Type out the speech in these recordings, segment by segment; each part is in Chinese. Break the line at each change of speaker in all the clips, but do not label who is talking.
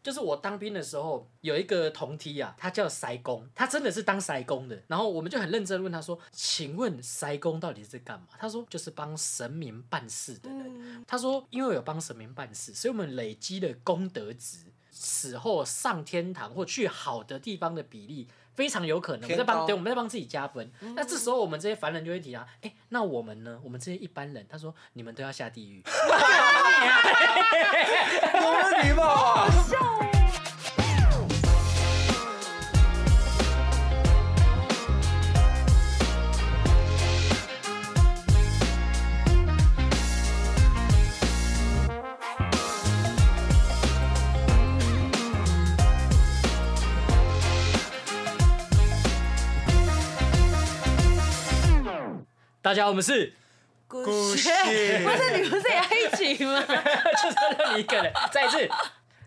就是我当兵的时候有一个同梯啊，他叫塞工，他真的是当塞工的。然后我们就很认真地问他说：“请问塞工到底是干嘛？”他说：“就是帮神明办事的人。
嗯，
他说：“因为有帮神明办事，所以我们累积的功德值，死后上天堂或去好的地方的比例非常有可能。我们在
偏
帮
高嗯
对，我们在帮自己加分。那这时候我们这些凡人就会提啊，哎、那我们呢？我们这些一般人，他说你们都要下地狱。
有问题吧？
大家好，我们是
故事
不 是你不是也要一起吗？
就剩下你一个人。再一次，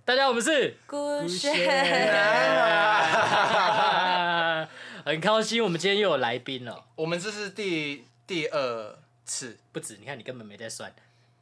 大家好我们是。
故事
啊 很高兴，我们今天又有来宾了。
我们这是第第二次，
不止，你看你根本没在算。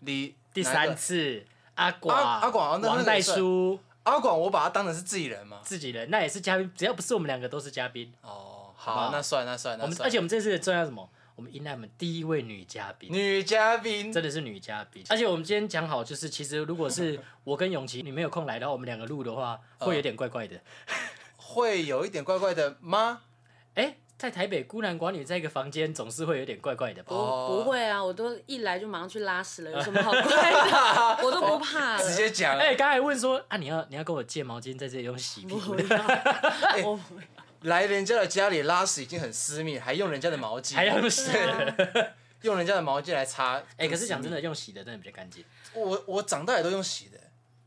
第
第
哪一个
三次，阿广、
阿阿广那那
王
个
代
也算
书
阿广，我把他当成是自己人嘛。
自己人，那也是嘉宾，只要不是我们两个都是嘉宾。
哦，
不好
好，那算那算
我
那
们
啊算。
而且我们这次的重要是什么？我们迎来我们第一位女嘉宾。
女嘉宾
真的是女嘉宾，而且我们今天讲好，就是其实如果 是我跟永琪你没有空来的话，我们两个录的话，会有点怪怪的。
会有一点怪怪的吗？嗯
哎、在台北孤男寡女在一个房间，总是会有点怪怪的吧？
不不会啊，我都一来就马上去拉屎 了，有什么好怪的？我都不怕了
直 接讲，
哎、刚才问说啊，你要你要跟我借毛巾，在这里用洗屁股
不，要，我不要。
来人家的家里拉屎已经很私密，还用人家的毛巾，
还要用洗的。
用人家的毛巾来擦。
哎、可是讲真的，用洗的真的比较干净。
我我长大也都用洗的，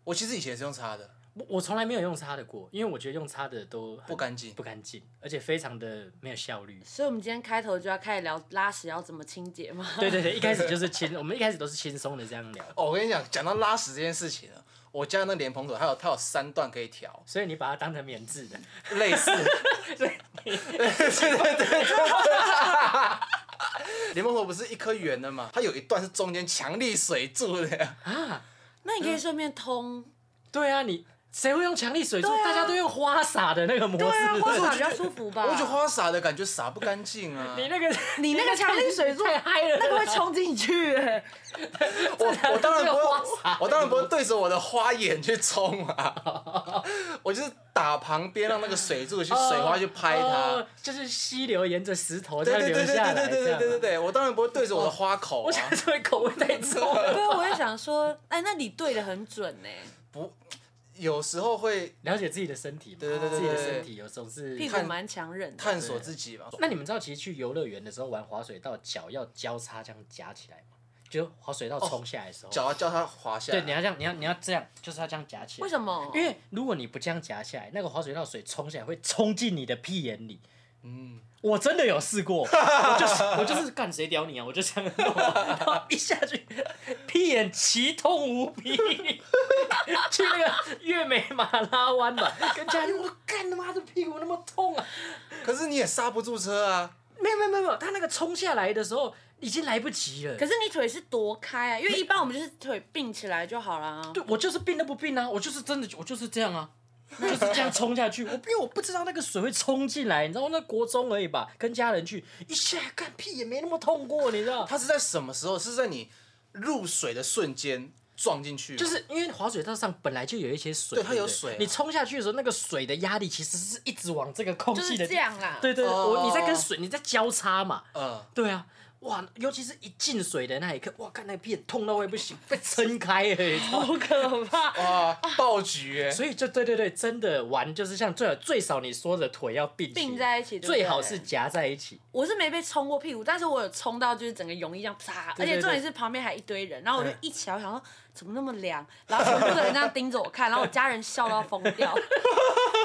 我其实以前也是用擦的，
我我从来没有用擦的过，因为我觉得用擦的都很
不干净
不。干净，而且非常的没有效率
所以，我们今天开头就要开始聊拉屎要怎么清洁吗？
对对对，一开始就是轻，我们一开始都是轻松的这样聊，
哦，我跟你讲，讲到拉屎这件事情呢，我家那莲蓬头它有它有三段可以调，
所以你把它当成免治的，
类 似。对对对对 对。莲蓬头不是一颗圆的嘛？它有一段是中间强力水柱的，
那你可以顺便通，
对啊，你谁会用强力水柱？
对啊
大家都用花洒的那个模式。
对啊，花洒比较舒服吧
我？就花洒的感觉洒不干净啊。
啊 你那个
你那个强力水柱
太嗨了，
那个会冲进去哎、
我我当
这
然不
个花洒
会，我当然不会对着我的花眼去冲啊， 我就是打旁边让那个水柱去水花去拍 它
哦。就是溪流沿着石头这
对
样
对
流
对对
下
对
来，
对对对对对
对。
对，我当然不会对着我的花口
我
啊
觉，得这个口味太重了。
对，啊我也想说，哎，那你对的很准呢、
不，有时候会
了解自己的身体嘛，
对对对对
自己的
对
身体有总是
屁股蛮强忍的。
探索自己嘛。
那你们知道，其实去游乐园的时候玩滑水道，脚要交叉这样夹起来吗？就滑水道冲下来的时候，
哦脚要叫它滑下来，
对，你要这样，你要你要这样，就是要这样夹起来。
为什？么？
因为如果你不这样夹起来，那个滑水道水冲下来会冲进你的屁眼里。
嗯，
我真的有试 过，我就是我就是干谁屌你啊！我就这样弄，然后一下去，屁眼奇痛无 比。去那个月美马拉湾吧，跟家里我说哎干他妈的屁股那么痛啊！
可是你也刹不住车啊。
没有没有没有没有，他那个冲下来的时候已经来不及了。
可是你腿是多开啊，因为一般我们就是腿并起来就好啊啦。
对我就是病都不病啊，我就是真的我就是这样啊，就是这样冲下去。我因为我不知道那个水会冲进来，你知道那国中而已吧，跟家人去一下干屁也没那么痛过，你知道？
它是在什么时候？是在你入水的瞬间撞进去吗，
就是因为滑水道上本来就有一些水，
对它有
不
水啊
你冲下去的时候，那个水的压力其实是一直往这个空
就
气
是
的，
这样啦。
对对，对
哦
我你在跟水你在交叉嘛，
嗯，
对啊，哇，尤其是一进水的那一刻，哇，看那个屁眼痛到会不行，被撑开了，你知道吗
好可怕！
哇，啊爆菊耶！
所以就对对对，真的玩就是像最好最少你说的腿要并起
并在一起对不对
最好是夹在一起。
我是没被冲过屁股，但是我有冲到就是整个泳衣这样啪，
对对对嗯
而且重点是旁边还一堆人，然后我就一起来，我想说怎么那么凉，然后全部的人这样盯着我看，然后我家人笑到疯 掉，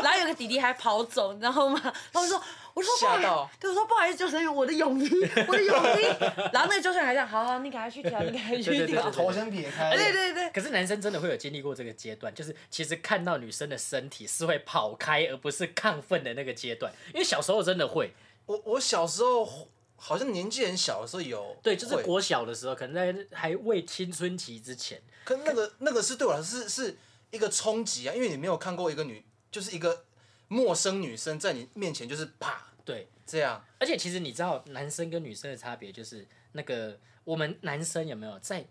然后有个弟弟还跑走，你知道吗？然后我说我说不好意
吓到
对，我说不好意思，救生员，我的泳衣，我的泳衣， 然后那个救生员还这样，好好，你赶快去调，你赶快去
对对
调
对，
哎
头先撇开，
对对对，
可是男生真的会有经历过这个阶段，就是其实看到女生的身体是会跑开，而不是亢奋的那个阶段。因为小时候真的会，
我我小时候好像年纪很小的时候有，
对，就是
会
国小的时候，可能在还未青春期之前，
可那个那个是对我来说是是一个冲击啊，因为你没有看过一个女，就是一个陌生女生在你面前就是啪
对，
这样，
而且其实你知道男生跟女生的差别就是那个我们男生有没有在，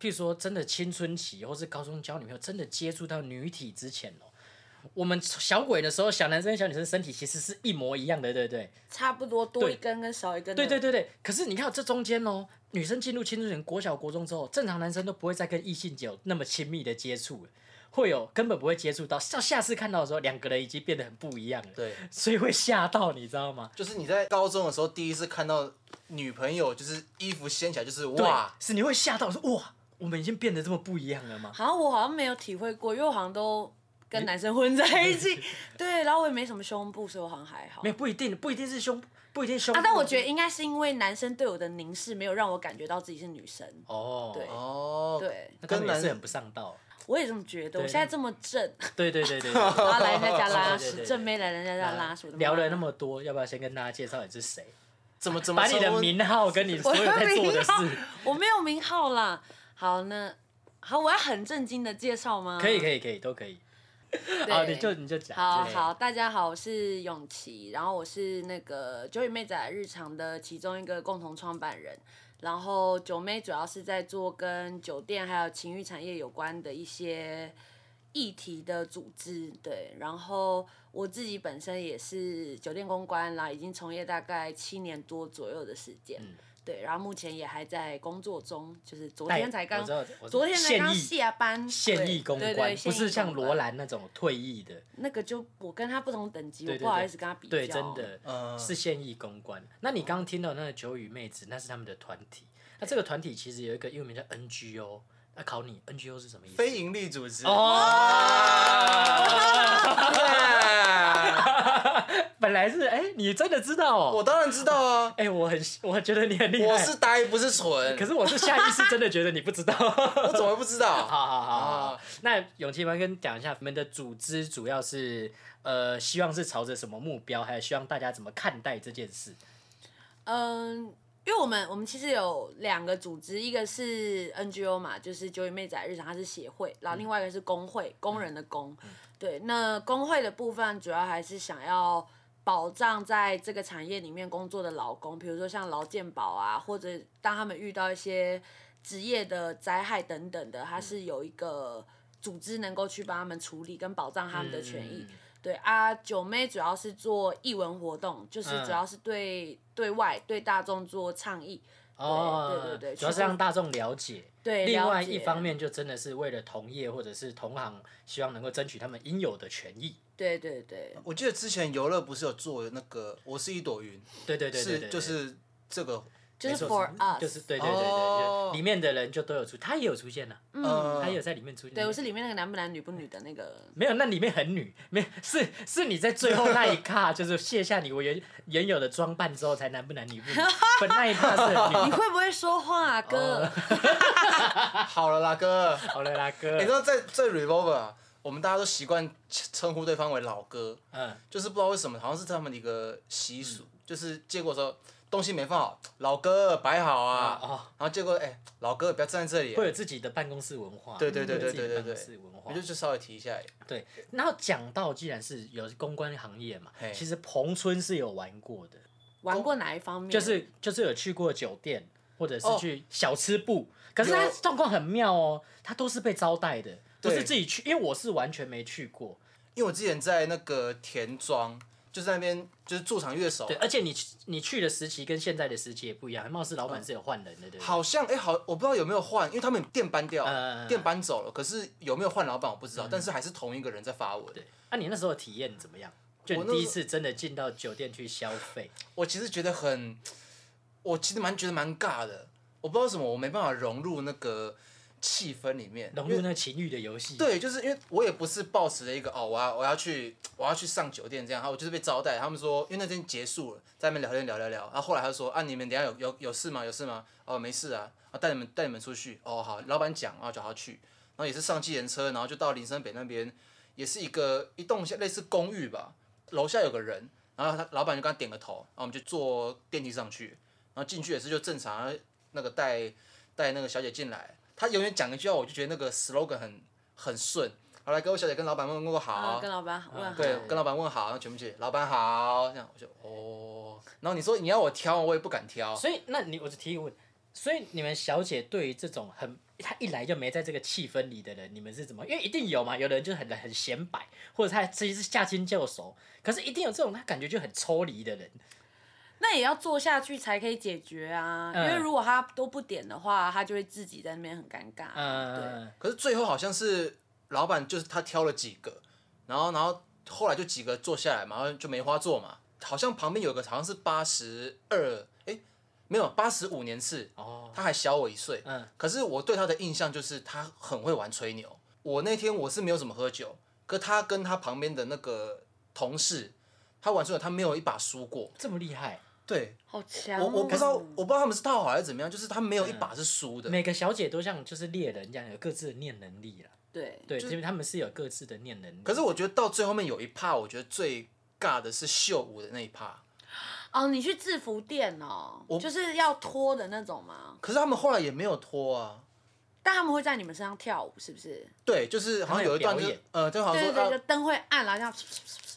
譬如说真的青春期或是高中交女朋友，真的接触到女体之前哦、我们小鬼的时候，小男生、小女生身体其实是一模一样的，对不对？
差不多多
对
一根跟少一根的。
对对对对。可是你看这中间哦，女生进入青春期、国小、国中之后，正常男生都不会再跟异性有那么亲密的接触了，会有根本不会接触到，到下次看到的时候，两个人已经变得很不一样了，
对，
所以会吓到，你知道吗？
就是你在高中的时候第一次看到女朋友，就是衣服掀起来就是
对
哇，，
是你会吓到说哇，我们已经变得这么不一样了吗？
好像我好像没有体会过，因为我好像都跟男生混在一起，对，然后我也没什么胸部，所以我好像还好。
没有不一定，不一定是胸，不一定胸部。
啊，但我觉得应该是因为男生对我的凝视没有让我感觉到自己是女生，
哦，
对
哦，
对
那他
跟
们也
男
是很不上道。
我也这么觉得。
对
我现在这么正，
对对对对对。
然后来人家家 拉
对对对
屎，
对
正妹来人家家拉屎，我的妈呀
聊了那么多，要不要先跟大家介绍你是谁？
怎么怎么
把你
称
的
呼
名号跟你所有在做的
我的名
事，
我没有名号啦。好，那好，我要很震惊的介绍吗？
可以可以可以都可以。
对
好，你就你就讲。
好
对
好，大家好，我是永琪，然后我是那个九妹仔日常的其中一个共同创办人。然后九妹主要是在做跟酒店还有情欲产业有关的一些议题的组织，对。然后我自己本身也是酒店公关啦，已经从业大概七年多左右的时间，
嗯
对。然后目前也还在工作中，就是昨
带
天才刚
我知，道，我知
昨天才
现
刚
役
下班，
现
对
役公
对
关
对，
不
现
是
役
像
公
罗
关
兰那种退役的，
那个就我跟他不同等级，
对对
我不好意思跟他比较。
对，真。的。
嗯
是现役公关。那你刚刚听到那个九羽妹子，那是他们的团体。那这个团体其实有一个英文名叫 NGO。那考你，NGO 是什么意思？
非盈利组织
哦，
哇
本来是哎、你真的知道
我
哦。
当然知道啊，
哎、我很，我觉得你很厉害。
我是，呆不是蠢，
可是我是下意识真的觉得你不知道。
我怎么会不知道？
好好好好，
啊
好，那永琪，我要跟你讲一下，你们的组织主要是呃，希望是朝着什么目标，还有希望大家怎么看待这件事？
嗯，因为我们我们其实有两个组织，一个是 NGO 嘛，就是九羽妹仔日常，它是协会，
嗯
然后另外一个是工会，工人的工。对，那工会的部分主要还是想要。保障在这个产业里面工作的劳工，比如说像劳健保啊，或者当他们遇到一些职业的灾害等等的，
嗯
它是有一个组织能够去帮他们处理跟保障他们的权益。
嗯
对啊，九妹主要是做艺文活动，就是
嗯
主要是对、对外对大众做倡议，
嗯
哦，
对对对
主要是让大众了解。
对，
另
了
外
解
一方，面，就真的是为了同业或者是同行，希望能够争取他们应有的权益。
对对对
哦
我记得之前游乐不是有做那个《我是一朵云
对对》，对对
是
对，
就
对
是这个，
就
没
是
错
for 啊 us，
就是对对对对
哦
对，就里面的人就都有出，他也有出现呐，
嗯，
呃
他也有在里面出现。
对我是里面那个男不男女不女的 那个，
没有，那里面很女，没有是是你在最后那一卡，就是卸下你我原原有的装扮之后，才男不男女不女，本那一卡是很
你
女。
会不会说
哦
话、啊，哥？
好了啦哥，
好了啦
你
哥，
知道在在 Revolver，啊我们大家都习惯称呼对方为老哥，
嗯，
就是不知道为什么，好像是他们的一个习俗，就是结果说东西没放好，老哥摆好啊，
哦，
然后结果哎、老哥不要站在这里
会，有自己的办公室文化，
对对对
会有
对
自己的
对对
办公
对
室文化
我就，就稍微提一下而已，
对，然后讲到既然是有公关行业嘛
嘿，
其实彭村是有玩过的，
玩过哪一方面？嗯
就是就是有去过酒店或者是
哦
去小吃部，可是他
有
状况很妙哦，他都是被招待的，不
对
是自己去，因为我是完全没去过，
因为我之前在那个田庄，就在那边就是驻场乐手
对，，而且你去你去的时期跟现在的时期也不一样，貌似老板是有换人的，对不对？
好像哎、好，我不知道有没有换，因为他们店搬掉，
嗯嗯嗯嗯
店搬走了，可是有没有换老板我不知道，但是还是同一个人在发文。
对，那、你那时候的体验怎么样？就
我
你
那
第一
时候
次真的进到酒店去消费，
我其实觉得很，我其实蛮觉得蛮尬的，我不知道为什么我没办法融入那个气氛里面，
融
因
入
为
那情欲的游戏，
对，就是因为我也不是抱持了一个哦，我要我要去我要去上酒店这样，然后我就是被招待，他们说因为那天结束了，在那边聊天聊聊聊，然后后来他说啊你们等一下有有有事吗？有事吗？哦没事啊，啊带你们带你们出去哦好，老板讲啊就好去，然后也是上计程车，然后就到林森北那边，也是一个一栋像类似公寓吧，楼下有个人，然后他老板就跟他点个头，然后我们就坐电梯上去，然后进去也是就正常，然后那个带带那个小姐进来，她永远讲一句话，我就觉得那个 slogan 很很顺，好来，各位小姐跟老板问问
啊，
好
跟，老板
嗯
问好。
对，跟老板问好，然后全部去，老板好，这样我就哦，然后你说你要我挑，我也不敢挑，
所以那你我就提一个问，所以你们小姐对于这种很她一来就没在这个气氛里的人，你们是怎么？因为一定有嘛，有的人就是很很显摆，或者他其实是驾轻就熟，可是一定有这种他感觉就很抽离的人。
那也要做下去才可以解决啊，
嗯
因为如果他都不点的话，他就会自己在那边很尴尬。对，
嗯，
可是最后好像是老板就是他挑了几个，然后然后后来就几个坐下来嘛，然后就梅花座嘛，好像旁边有个好像是八十二，哎，没有八十五年次，
哦，
他还小我一岁，
嗯，
可是我对他的印象就是他很会玩吹牛。我那天我是没有怎么喝酒，可他跟他旁边的那个同事，他玩吹牛，他没有一把输过。
这么厉害，
对
好强、
我
哦！
我不知道我不知道他们是套好还是怎么样，就是他没有
嗯
一把是输的。
每个小姐都像就是猎人一样有各自的念能力啦。
对，
对，因为他们是有各自的念能力。
可是我觉得到最后面有一趴，我觉得最尬的是秀舞的那一趴。
哦，你去制服店哦，就是要脱的那种吗？
可是他们后来也没有脱啊。
但他们会在你们身上跳舞，是不是？
对，就是好像有一段就
他们有表
是
演
呃，就好像
对
说
对对，就
啊，
灯会暗了，这样。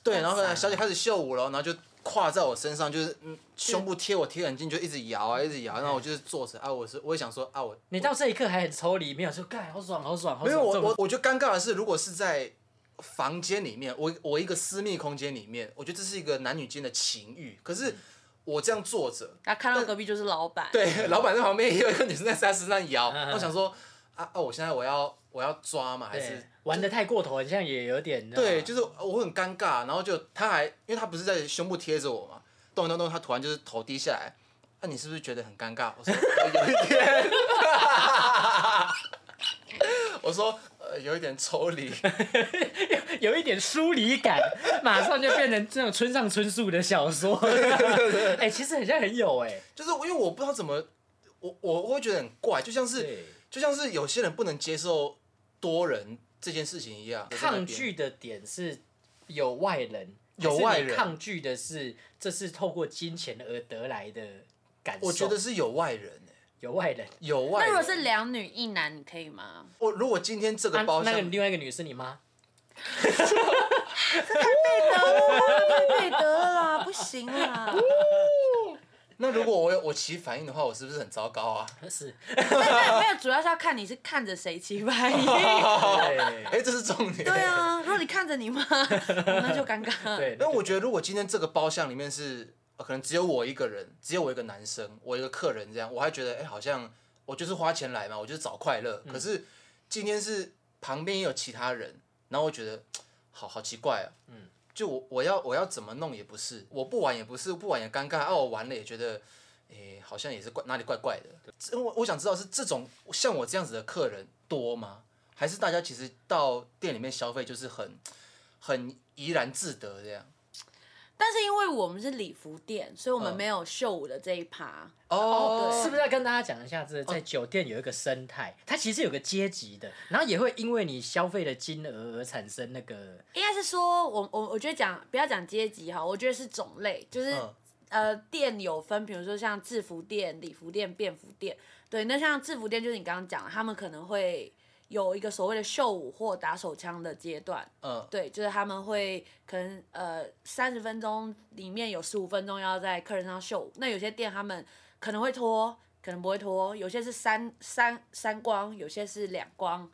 对，然后
散啊
小姐开始秀舞了，然后就跨在我身上，就是嗯，胸部贴我贴很近，就一直摇啊，一直摇。然后我就是坐着啊，我是我也想说啊，我
你到这一刻还很抽离，没有说干好爽好爽好
没
爽。
有我
这种
我我觉得尴尬的是，如果是在房间里面，我我一个私密空间里面，我觉得这是一个男女间的情欲。可是我这样坐着，
然后看到隔壁就是老板，，
对，老板在旁边也有一个女生在他身上摇，
嗯
我想说啊啊，我现在我要我要抓嘛，还
对
是
玩的太过头，好像也有点啊
对，
你知
就是呃我很尴尬，然后就他还因为他不是在胸部贴着我嘛，动一动动，他突然就是头低下来，那、你是不是觉得很尴尬？我说有一点，我说 呃有一点抽离，
道吗有一点疏离感，马上就变成这种村上春树的小 说。哎、其实很像很有哎、
就是因为我不知道怎么，我我会觉得很怪，就像是
对，
就像是有些人不能接受多人这件事情一样，
抗拒的点是有外人，
有
还是你
外人
抗拒的是这是透过金钱而得来的感受。
我觉得是有外人、欸。
有外人。
有外
那如
人
果是两女一男，你可以吗？
我如果今天这
啊
个包
那个
厢，
另外一个女是你妈，
哦
太美德了啦，不行啦！
那如果我有我起反应的话，我是不是很糟糕 啊？
是，
但没有，主要是要看你是看着谁起 反应。
对
哎、这是重点。
对。啊，如果你看着你妈， 那就尴尬。
对，
那我觉得，如果今天这个包厢里面是、呃可能只有我一个人，只有我一个男生，我一个客人这样，我还觉得哎、好像我就是花钱来嘛，我就是找快乐。
嗯
可是今天是旁边也有其他人，然后我觉得好好奇怪啊。
嗯
嗯。就我我要我要怎么弄也不是，我不玩也不是，不玩也尴尬，啊我玩了也觉得。诶、好像也是怪哪里怪怪的。这我我想知道是这种像我这样子的客人多吗？还是大家其实到店里面消费就是很很怡然自得这样？
但是因为我们是礼服店，所以我们
嗯
没有秀舞的这一趴。
哦，
对
是不是要跟大家讲一下？这
哦
在酒店有一个生态，它其实有个阶级的，然后也会因为你消费的金额而产生那个
应该是说，我我我觉得讲不要讲阶级哈，我觉得是种类，就是、
嗯
呃店有分，比如说像制服店、礼服店、便服店，对，那像制服店就是你刚刚讲的，他们可能会有一个所谓的秀舞或打手枪的阶段，
嗯，
对，就是他们会可能呃三十分钟里面有十五分钟要在客人上秀舞，那有些店他们可能会脱，可能不会脱，有些是三三三光，有些是两光，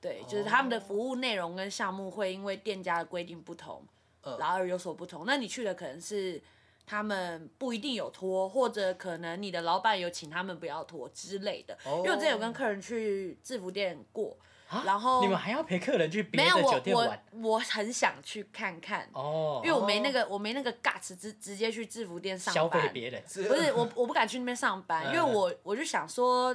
对，就是他
哦
们的服务内容跟项目会因为店家的规定不同，
嗯
然后而有所不同。那你去的可能是。他们不一定有脱，或者可能你的老板有请他们不要脱之类的。因为我之前有跟客人去制服店过，
哦啊
然后
你们还要陪客人去别
哦没有
的酒
我
店
我
玩
我很想去看看，
哦，
因为我没那个我没那个 guts 直直接去制服店上
消费
班，
别人
是
不 是我我不敢去那边上班，因 为
嗯
我我就想说。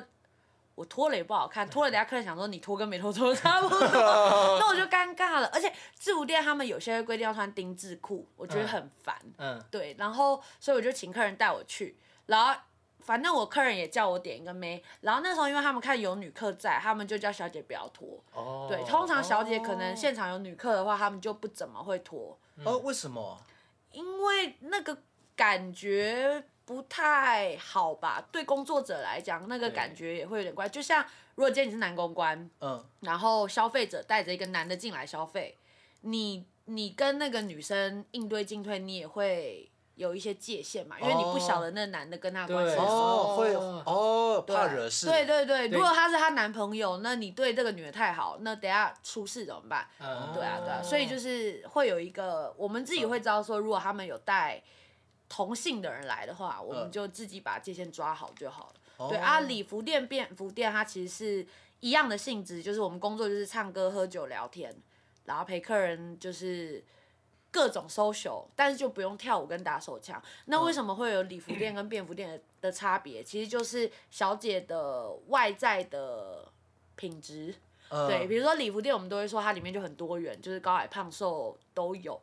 我脱了也不好看，脱了等下客人想说你脱跟没脱脱 差不多， 那我就尴尬了。而且制服店他们有些规定要穿丁字裤，我觉得
嗯
很烦。
嗯
对，然后所以我就请客人带我去，然后反正我客人也叫我点一个妹，然后那时候因为他们看有女客在，他们就叫小姐不要脱。
哦，
对，通常小姐
哦
可能现场有女客的话，他们就不怎么会脱，
哦，为什么？
因为那个感觉不太好吧？对工作者来讲，那个
对
感觉也会有点怪。就像如果今天你是男公关，
嗯，
然后消费者带着一个男的进来消费，你你跟那个女生应对进退，你也会有一些界限嘛，因为你不晓得那男的跟她的关系是什
哦对
么。
哦，会哦，
对
怕惹事，
对对对，
对
如果她是她男朋友，那你对这个女的太好，那等下出事怎么办？
嗯，
对啊，对啊，
哦
所以就是会有一个，我们自己会知道说，如果他们有带同性的人来的话，我们就自己把界限抓好就好了。
哦
对啊，礼服店、便服店，它其实是一样的性质，就是我们工作就是唱歌、喝酒、聊天，然后陪客人就是各种 social，但是就不用跳舞跟打手枪。那为什么会有礼服店跟便服店的的差别？其实就是小姐的外在的品质。
嗯
对，比如说礼服店，我们都会说它里面就很多元，就是高矮胖瘦都有，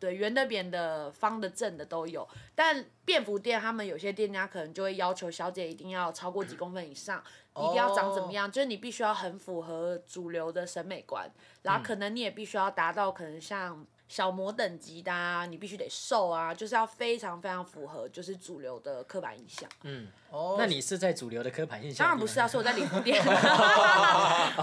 对，圆的、扁的、方的、正的都有。但便服店，他们有些店家可能就会要求小姐一定要超过几公分以上，一定要长怎么样，就是你必须要很符合主流的审美观，然后可能你也必须要达到可能像。小模等级的、啊，你必须得瘦啊，就是要非常非常符合就是主流的刻板印象。
嗯，
哦，
那你是在主流的刻板印象？
当然不是啊，，是我在礼服店。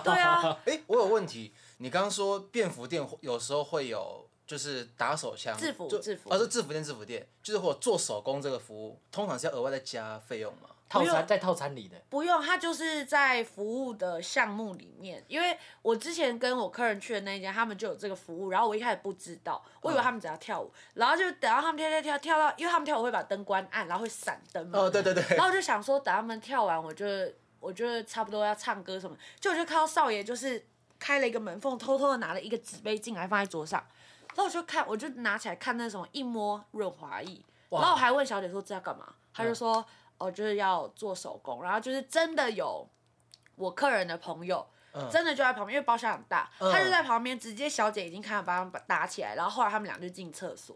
对啊，
哎，我有问题，你刚刚说便服店会有时候会有。就是打手枪，
制服
就
制服
啊，是制服店，制服店，就是或者做手工这个服务，通常是要额外再加费用嘛？
套
不
餐
用
在套餐里的，
不用，它就是在服务的项目里面。因为我之前跟我客人去的那一家，他们就有这个服务，然后我一开始不知道，我以为他们只要跳舞，然后就等到他们跳跳跳跳到，因为他们跳舞会把灯关暗，然后会闪灯嘛。
哦，对对对，
然后我就想说，等他们跳完，我就我就差不多要唱歌什么，就我就看到少爷就是开了一个门缝，偷偷的拿了一个纸杯进来放在桌上，然后我就看，我就拿起来看那什么一摸润滑液，然后我还问小姐说这要干嘛，她
嗯
就说、哦就是要做手工，然后就是真的有我客人的朋友。
嗯
真的就在旁边，因为包厢很大，他就
嗯
在旁边。直接小姐已经看到把他们打起来，然后后来他们俩就进厕所。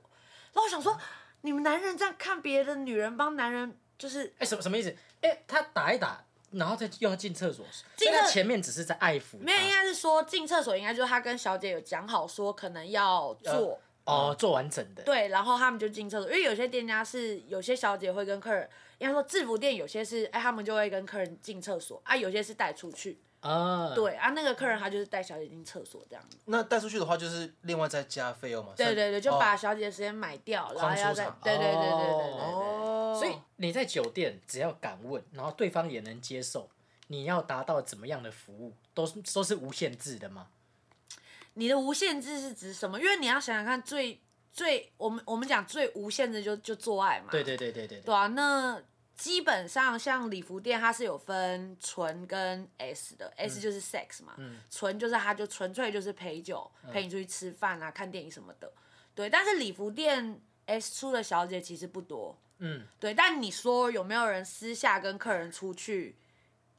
然后我想
啊
说，你们男人这样看别的女人帮男人，就是
哎，什么什么意思？哎，他打一打，然后再又要进厕所，所以
厕
他前面只是在爱抚他，
嗯
没有，应该是说进厕所，应该就是他跟小姐有讲好说可能要
呃
做，
哦，做完整的，
对，然后他们就进厕所。因为有些店家是有些小姐会跟客人，应该说制服店有些是哎他们就会跟客人进厕所啊，有些是带出去，
啊，
嗯
对啊，那个客人他就是带小姐进厕所这样子，
那带出去的话就是另外再加费用嘛？
对对对，就
哦
把小姐的时间买掉，然后要再
出场，
对对对对对对对对
哦，
所以你在酒店只要敢问，然后对方也能接受，你要达到怎么样的服务，都是都是无限制的吗？
你的无限制是指什么？因为你要想想看最。最我们我们讲最无限制就就做爱嘛，
对对对对对对
对啊，那基本上像礼服店，它是有分纯跟 S 的、s 就是 sex 嘛，纯就是它就纯粹就是陪酒，陪你出去吃饭啊、看电影什么的。对，但是礼服店 S 出的小姐其实不多。
嗯，
对，但你说有没有人私下跟客人出去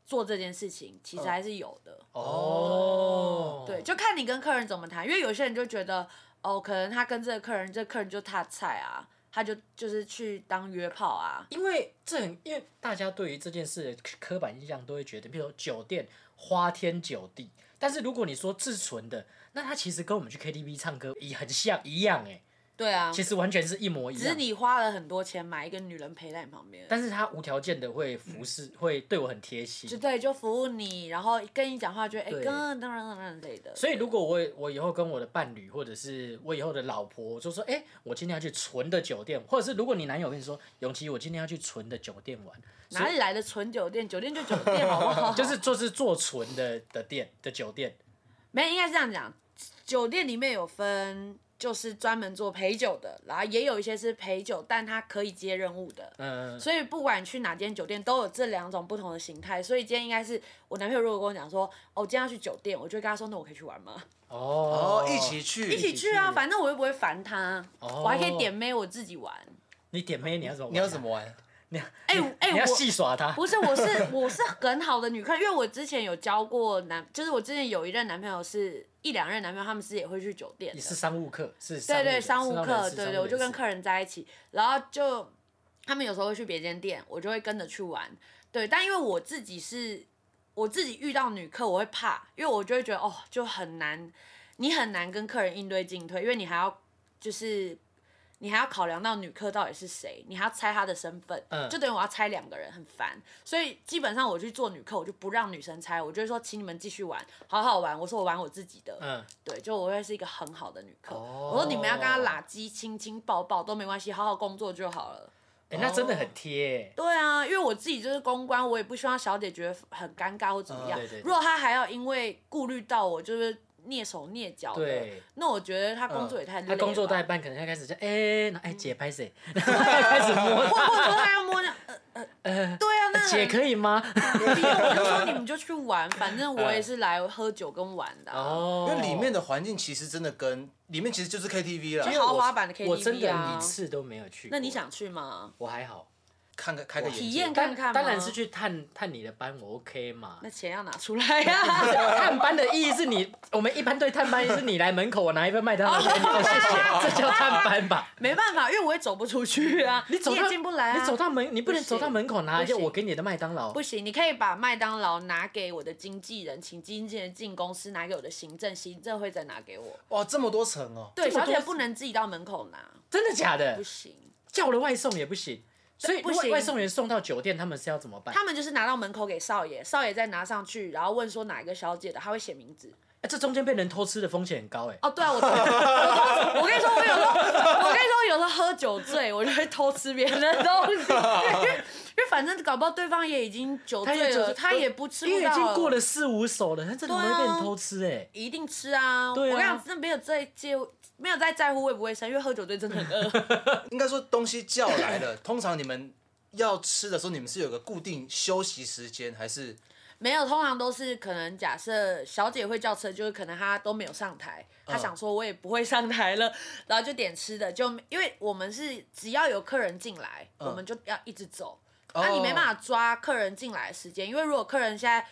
做这件事情，其实还是有的。
哦，
对，就看你跟客人怎么谈，因为有些人就觉得，哦，可能他跟这个客人，这客人就他的菜啊，他就就是去当约炮啊，
因为这很，因为大家对于这件事的刻板印象都会觉得，比如说酒店花天酒地。但是如果你说自存的，那它其实跟我们去 KTV 唱歌也很像一样哎、
对啊，
其实完全是一模一
只是
样。
你花了很多钱买一个女人陪在你旁边，
但是他无条件的会服侍，会对我很贴心
就。对，就服务你，然后跟你讲话就哎，
对
跟当当当当类的。
所以，如果我我以后跟我的伴侣，或者是我以后的老婆，我就说，哎、我今天要去纯的酒店，或者是如果你男友跟你说，永琪，我今天要去纯的酒店玩，
哪里来的纯酒店？酒店就酒店，好不 好？
就是就是做纯的的店的酒店，
没，应该是这样讲。酒店里面有分，就是专门做陪酒的，然后也有一些是陪酒，但他可以接任务的。
嗯，
所以不管去哪间酒店，都有这两种不同的形态。所以今天应该是我男朋友如果跟我讲说，哦，今天要去酒店，我就会跟他说，那我可以去玩吗？
哦
哦，一起去，
一起去啊，
去
反正我又不会烦他，
哦
我还可以点妹我自己玩。
你点妹，你要怎么？
你要怎？么玩？
你
哎、哎、
你要
我
戏耍他？
不是，我是我是很好的女客人，因为我之前有交过男，就是我之前有一任男朋友是一两任男朋友，他们是也会去酒店
你
的，
是商务客，是
对对，
商
商
务
务
人
客，
士
对对，我就跟
人
客人在一起，然后就他们有时候会去别间店，我就会跟着去玩，对，但因为我自己是我自己遇到女客，我会怕，因为我就会觉得哦，就很难，你很难跟客人应对进退，因为你还要就是你还要考量到女客到底是谁，你还要猜她的身份，
嗯
就等于我要猜两个人，很烦。所以基本上我去做女客，我就不让女生猜，我就会说请你们继续玩，好好玩。我说我玩我自己的，
嗯，
对，就我会是一个很好的女客。
哦
我说你们要跟她拉鸡、亲亲、抱抱都没关系，好好工作就好了。
哎，那真的很贴，
对啊，因为我自己就是公关，我也不希望小姐觉得很尴尬或怎么样。
嗯对对对
如果她还要因为顾虑到我，就是蹑手蹑脚的，
对
那我觉得她工作也太累了
他
吧。
工作代办可能要开始就哎，那哎姐拍谁， 开始摸，
或或者说她要摸那，呃 呃，对啊，那
姐可以吗？
以。 我就说你们就去玩，反正我也是来喝酒跟玩的、啊。
嗯哦，
因为里面的环境其实真的跟里面其实就是 KTV
啊就
啦，
豪华版的
我真
KTV
的
啊
一，次都没有去过。
那你想去 吗？
我还好，
看个开个眼界
体验
当
看看吗
当然是去探探你的班，我 OK 嘛
那。钱要拿出来呀、啊！
探班的意义是你，我们一般对探班是你来门口，我拿一份麦当劳给你，哦 谢谢，这叫探班吧？
没办法，因为我也走不出去 啊，
你走到
也进不来啊。
你走到门，你不能
不行
走到门口拿一
不
件
行
我给你的麦当劳
不。行，你可以把麦当劳拿给我的经纪人，请经纪人进公司拿给我的行政，行政会再拿给我。
哇，这么多层哦，
对，
这么
小
多
姐不能自己到门口拿，
真的假的
不？行。
叫了外送也不行，所以
不
外
行
外送员送到酒店，他们是要怎么办？
他们就是拿到门口给少爷，少爷再拿上去，然后问说哪一个小姐的，他会写名字。
哎，这中间被人偷吃的风险很高哎。
哦，对啊， 我我跟你说，我有时候我跟你说，有时候喝酒醉，我就会偷吃别人的 东西，因为因为反正搞不好对方也已经酒
他也
醉
酒醉
了，他也不吃
因
不
为
到
已
了，
经过了四五手了，他真的
对
会
啊
被人偷吃哎。
一定吃啊！
对啊
我跟你讲，真的没有在介，没有在在乎卫不卫生，因为喝酒醉真的很 饿。
应该说东西叫来 了，通常你们要吃的时候，你们是有个固定休息时间，还是
没有，通常都是可能假设小姐会叫车，就是可能她都没有上台，她
嗯
想说我也不会上台了， 然后就点吃的，就因为我们是只要有客人进来，
嗯
我们就要一直走。
哦
那、啊你没办法抓客人进来的时间，因为如果客人现在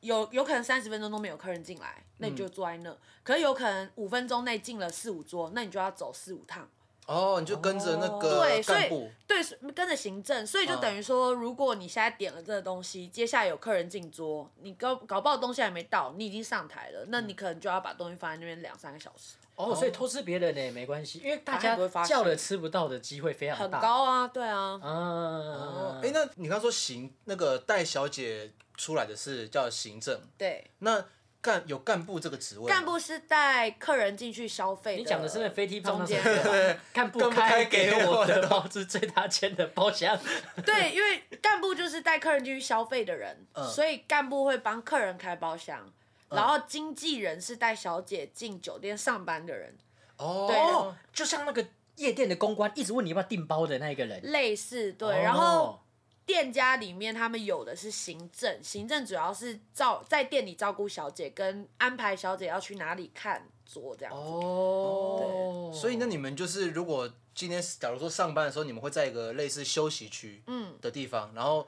有有可能三十分钟都没有客人进来，那
嗯
你就坐在那；可是有可能五分钟内进了四五桌，那你就要走四五趟。
哦，你就跟着那个
对，所
干
以
部，
对是跟着行政，所以
嗯
就等于说，如果你现在点了这个东西，接下来有客人进桌，你搞搞不好东西还没到，你已经上台了，
嗯
那你可能就要把东西放在那边两三个小时，
哦，所以偷吃别人呢也没关系，因为大家
他不会发现
叫了吃不到的机会非常
很
大。嗯
高啊，对啊，嗯
啊，
哎，那你刚说行那个带小姐出来的是叫行政，
对，
那干有干部这个职位吗，
干部是带客人进去消费，
你讲的是那呃飞机胖
中
那
间
首 歌吧，看不
看不开
开
给
给
我
我
的
的包子最大间的包厢。
对，因为干部就是带客人进去消费的人，
嗯
所以干部会帮客人开包厢。然后经纪人是带小姐进酒店上班的人，
哦
对，
哦，就像那个夜店的公关一直问你要不要订包的那一个人。
类似对。
哦
然后店家里面他们有的是行政，行政主要是照在店里照顾小姐，跟安排小姐要去哪里看桌这样子。
哦，
所以那你们就是如果今天假如说上班的时候，你们会在一个类似休息区
嗯
的地方，然后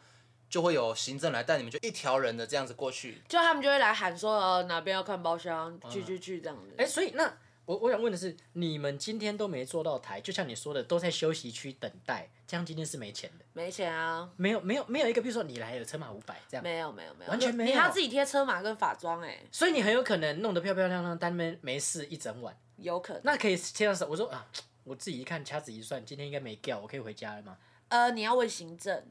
就会有行政来带你们，就一条人的这样子过去。
就他们就会来喊说，呃，哪边要看包厢，去去去这样子。
哎，所以那我我想问的是，你们今天都没坐到台，就像你说的，都在休息区等待，这样今天是没钱的，
没钱啊，
没有没有没有一个，比如说你来了车马五百这样。
没有没有没有，
完全没有
你还要自己贴车马跟法妆哎、
所以你很有可能弄得漂漂亮亮，但没没事一整晚。
有可能。
那可以这样子，我说啊，我自己一看掐指一算，今天应该没掉，我可以回家了嘛。
呃，你要问行政，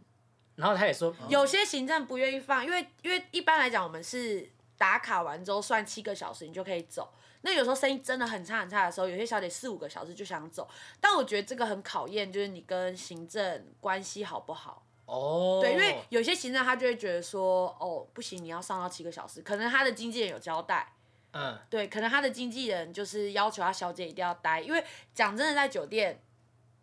然后他也说，
有些行政不愿意放，因为因为一般来讲我们是打卡完之后算七个小时，你就可以走。那有时候生意真的很差很差的时候，有些小姐四五个小时就想走，但我觉得这个很考验，就是你跟行政关系好不好。
哦，
对，因为有些行政他就会觉得说，哦，不行，你要上到七个小时，可能他的经纪人有交代，
嗯，
对，可能他的经纪人就是要求他小姐一定要待，因为讲真的，在酒店，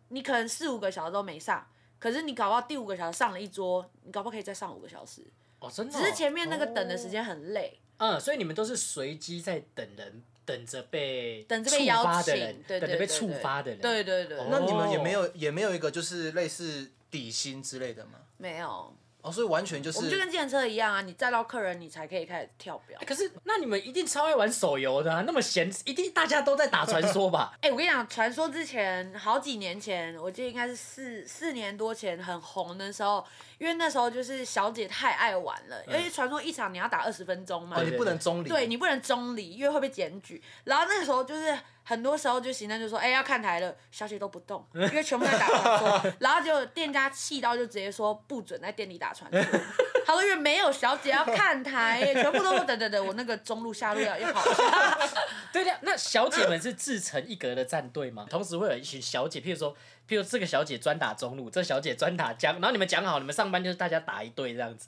你可能四五个小时都没上，可是你搞不好第五个小时上了一桌，你搞不好可以再上五个小时，
哦，真的哦、
只是前面那个等的时间很累，
嗯，所以你们都是随机在等人，等着被
等着被
触
邀
发的
请
人，，
对对
等着
对
被
对，
触发的人，
对对对，
那
哦
你们也没有也没有一个就是类似底薪之类的吗？
没有，
哦，所以完全就
我们就是跟计程车一样啊，你载到客人，你才可以开始跳表？
哎。可是那你们一定超爱玩手游的、啊，那么闲，一定大家都在打传说吧
哎、我跟你讲，传说之前好几年前，我记得应该是四四年多前很红的时候，因为那时候就是小姐太爱玩了，因为传说一场你要打二十分钟嘛，
哦，你不能中离。
对你不能中离，因为会被检举。然后那个时候就是很多时候就行政就说，哎、要看台了，小姐都不动，因为全部在打 传说，然后就店家气到就直接说不准在店里打传说。 他说因为没有小姐要看台耶，全部都说等等等，我那个中路下路要要跑一下。
对的，那小姐们是自成一格的战队吗？同时会有一群小姐，譬如说，譬如这个小姐专打中路，这小姐专打江，然后你们讲好，你们上班就是大家打一队这样子。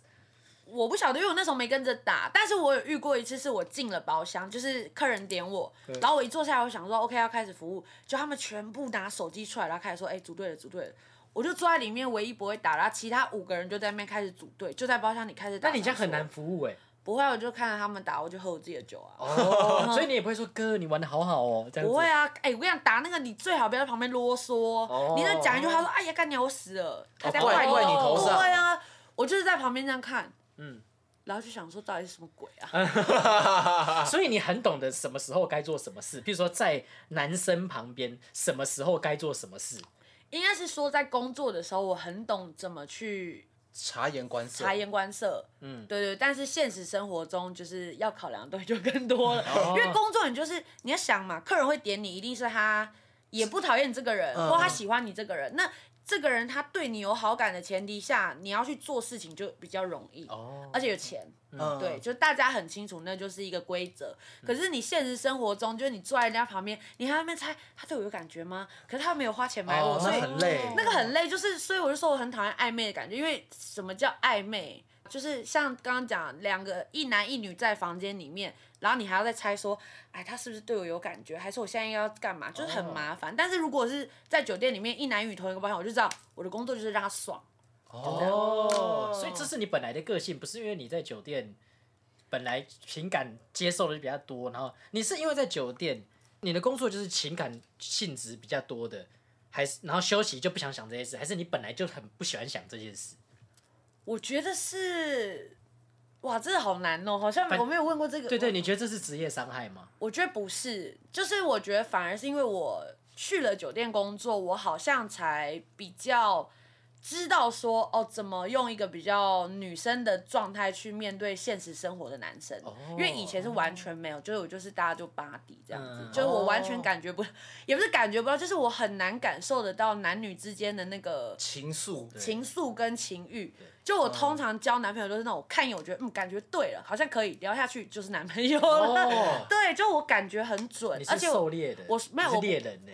我不晓得，因为我那时候没跟着打，但是我有遇过一次，是我进了包厢，就是客人点我，然后我一坐下来，我想说 OK 要开始服务，就他们全部拿手机出来，然后开始说，哎、组队了，组队了。我就坐在里面唯一不会打，然后其他五个人就在那边开始组队，就在包厢里开始打。
那你这样很难。服务哎、
不会啊，我就看着他们打，我就喝我自己的酒啊。
哦， 所以你也不会说哥，你玩的好好哦，这样子。
不会啊，哎、我跟你讲，打那个你最好不要在旁边啰嗦，你再讲一句，他说：“哎呀，干娘，我死了。”他在
哦怪
怪
怪你头上
对啊，我就是在旁边这样看，
嗯，
然后就想说到底是什么鬼啊？
所以你很懂得什么时候该做什么事，譬如说在男生旁边，什么时候该做什么事。
应该是说在工作的时候，我很懂怎么去
察言观色
察，言观色，
嗯
嗯，对对。但是现实生活中，就是要考量的东西就更多了，
哦
因为工作你就是你要想嘛，客人会点你，一定是他也不讨厌你这个人，
嗯
或他喜欢你这个人，那。这个人他对你有好感的前提下，你要去做事情就比较容易，
哦
而且有钱。
嗯
对，，就大家很清楚，那就是一个规则。可是你现实生活中，就是你坐在人家旁边，你还在那边猜他对我有感觉吗？可是他没有花钱买我，
哦
所
那
以
很累
那个很累。就是所以我就说我很讨厌暧昧的感觉，因为什么叫暧昧？就是像刚刚讲，两个一男一女在房间里面，然后你还要再猜说，哎，他是不是对我有感觉，还是我现在应该要干嘛？就是很
哦
麻烦。但是如果是在酒店里面，一男一女同一个包厢，我就知道我的工作就是让他爽。
哦，所以这是你本来的个性，不是因为你在酒店本来情感接受的就比较多，然后你是因为在酒店，你的工作就是情感性质比较多的，还是然后休息就不想想这些事，还是你本来就很不喜欢想这件事？
我觉得是，哇，这个好难哦，好像
反
我没有问过这个。
对对，你觉得这是职业伤害吗？
我觉得不是，就是我觉得反而是因为我去了酒店工作，我好像才比较知道说哦，怎么用一个比较女生的状态去面对现实生活的男生，
哦
因为以前是完全没有，就是我就是大家就巴迪这样子，
嗯
就是我完全
哦
感觉不，也不是感觉不到，就是我很难感受得到男女之间的那个
情愫，
情愫跟情欲。就
嗯
我通常交男朋友都是那种看有觉得嗯感觉对了，好像可以聊下去就是男朋友了。
哦
对，就我感觉很准
你，
而
是
且我
狩猎的，
我是没
你是
有 我不
猎人呢、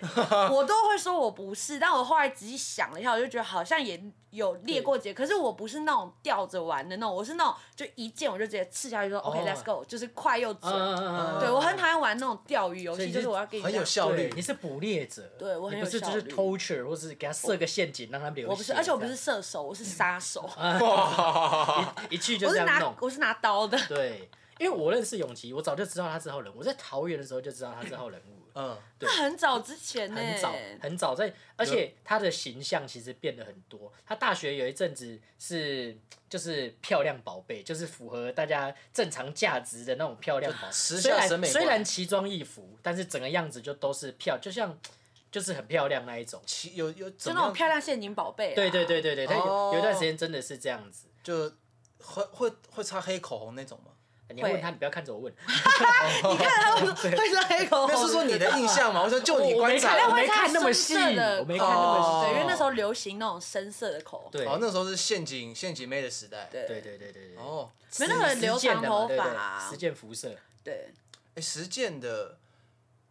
我都会说我不是，但我后来仔细想了一下，我就觉得好像也有列过节，可是我不是那种吊着玩的那种，我是那种就一见我就直接刺下去说 OK let's go，就是快又准。
哦嗯嗯嗯嗯
对我很讨厌玩那种钓鱼游
所以
戏，
你
就是是我要跟你
很有
讲
效率
对，你是捕猎者，
对我很
你
有
不是就
效
是
率
torture 或是给他设个陷阱让他流血。
我不是，而且我不是
这样
射手，我是杀手，
一一去就
我
这样
是拿
弄。
我是拿刀的。
对，因为我认识永琪，我早就知道他是号人物。我在桃园的时候就知道他是号人物 了，
嗯，
对
那很早之前呢、
很早很早在，而且他的形象其实变了很多。他大学有一阵子是就是漂亮宝贝，就是符合大家正常价值的那种漂亮宝贝。
时
虽
下审
然
美
虽
观
然奇装异服，但是整个样子就都是漂，就像就是很漂亮那一种。
其有有
就
怎
那
么
种
样
漂亮陷阱宝贝、啊。
对对。对对对，他有
哦
有一段时间真的是这样子。
就会会会擦黑口红那种吗？
你要
会
问他，你不要看着我 问。
你看他会会说黑口红，
那是说你的印象吗？我说就
我
你
我没
观
看
察
到，
哦我
没看那么
深色
细
的
我没看那么
细
对，因为那时候流行那种深色的口红。
对
哦，那时候是陷阱陷阱妹的时代，
对
对对对对对。对
哦，
没那个人
实
留
践
长
的嘛
头
对不对
发啊
实践辐射。
对
哎，实践的，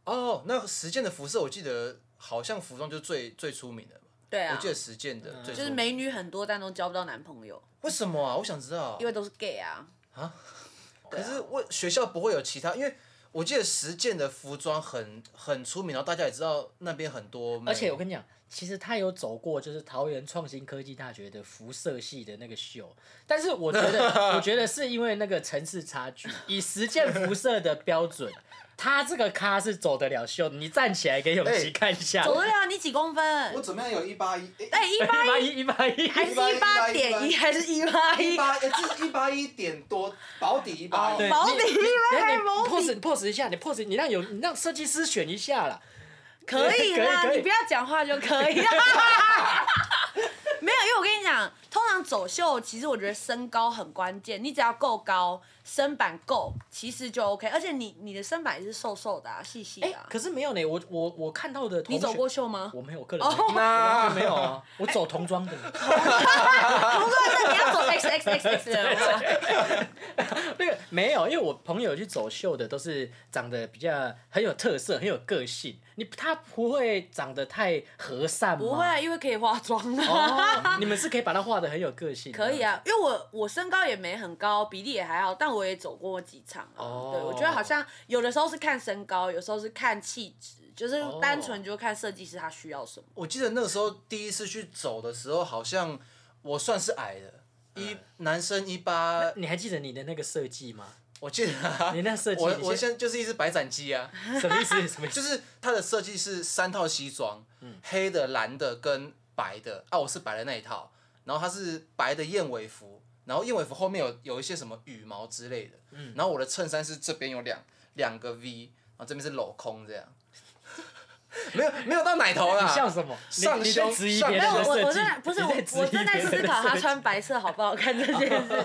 哦，那实践的辐射，我记得好像服装就最最出名的吧，
对啊，
我记得实践
嗯
的最出名
就是美女很多，但都交不到男朋友，
为什么啊？我想知道
因，为啊都是 gay 啊。
可是为学校不会有其他，因为我记得实践的服装很很出名，然后大家也知道那边很多美，
嗯
而且我跟你讲，其实他有走过就是桃园创新科技大学的辐射系的那个秀，但是我觉得，我觉得是因为那个城市差距，以实践辐射的标准，他这个咖是走得了秀。你站起来给永琪
哎
看一下，
走得了你几公分？
我怎么样有一八一？
哎，一八
一八一一八一，
还是一八点一，
181
还是一八
一
一？哦
八哎这一八一点多，保底一八
对
一，
保底一八
哎
还
你
保
pose
底，
你 pose 一下，你 pose 你让有你让设计师选一下啦。
可以啦，
可以可以
你不要讲话就可以。没有，因为我跟你讲，通常走秀，其实我觉得身高很关键，你只要够高，身板够，其实就 OK。而且你你的身板也是瘦瘦的啊，细细
哎、
的、啊。
可是没有呢，我我我看到的同
你
学，
走过秀吗？
我没有，我个人没有
哦
我完全没有 啊，我走童装的，
我说那你要走 X X X X 的吗？
那个没有，因为我朋友去走秀的都是长得比较很有特色、很有个性，你他不会长得太和善吗？
不会啊，因为可以化妆啊。
哦，你们是可以把它画的很有个性，
可以。啊，因为我我身高也没很高，比例也还好，但我也走过几场啊。
哦
对，我觉得好像有的时候是看身高，有时候是看气质，就是
哦
单纯就看设计师他需要什么。
我记得那个时候第一次去走的时候，好像我算是矮的，
嗯
一男生一八，
你还记得你的那个设计吗？
我记得、啊
你。那设计，
我
你
我现在就是一只白斩鸡啊，
什么意思？什么 意思？
就是它的设计是三套西装，
嗯
黑的、蓝的跟白的啊，我是白的那一套，然后它是白的燕尾服，然后燕尾服后面有有一些什么羽毛之类的，
嗯
然后我的衬衫是这边有两两个 V，然后这边是镂空这样， 没有没有到奶头啦，
你笑什么？你
上
你在
胸
啊质疑
上
别
没
人
有，
的设
我
计？
我正在不是
你
我
质疑
我正在
别人的
思考
设
他
计
穿白色好不好看这件 事。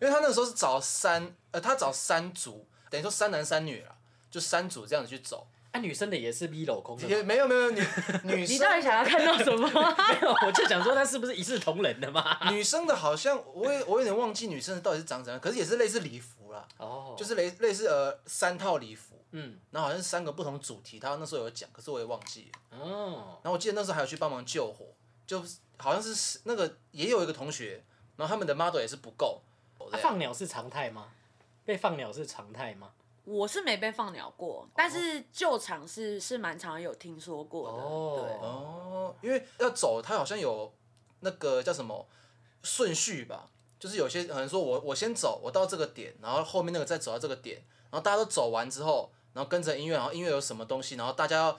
因为他那个时候是找三，呃，他找三组，等于说三男三女啦，就三组这样子去走。
啊，女生的也是 V 镂空的吗
也没有没有没有女女
你到
生
底想要看到什么？
没有， 我就想说他是不是一视同仁的嘛？
女生的好像我也我有点忘记女生的到底是长怎样，可是也是类似礼服啦，
哦，
就是类类似呃三套礼服，
嗯，
然后好像是三个不同主题，他那时候有讲，可是我也忘记了。
哦，
然后我记得那时候还有去帮忙救火，就是好像是那个也有一个同学，然后他们的 model 也是不够，
啊放鸟是常态吗？被放鸟是常态吗？
我是没被放鸟过，但是救场是是蛮常有听说过的。
哦
哦，因为要走，他好像有那个叫什么顺序吧，就是有些可能说我我先走，我到这个点，然后后面那个再走到这个点，然后大家都走完之后，然后跟着音乐，然后音乐有什么东西，然后大家要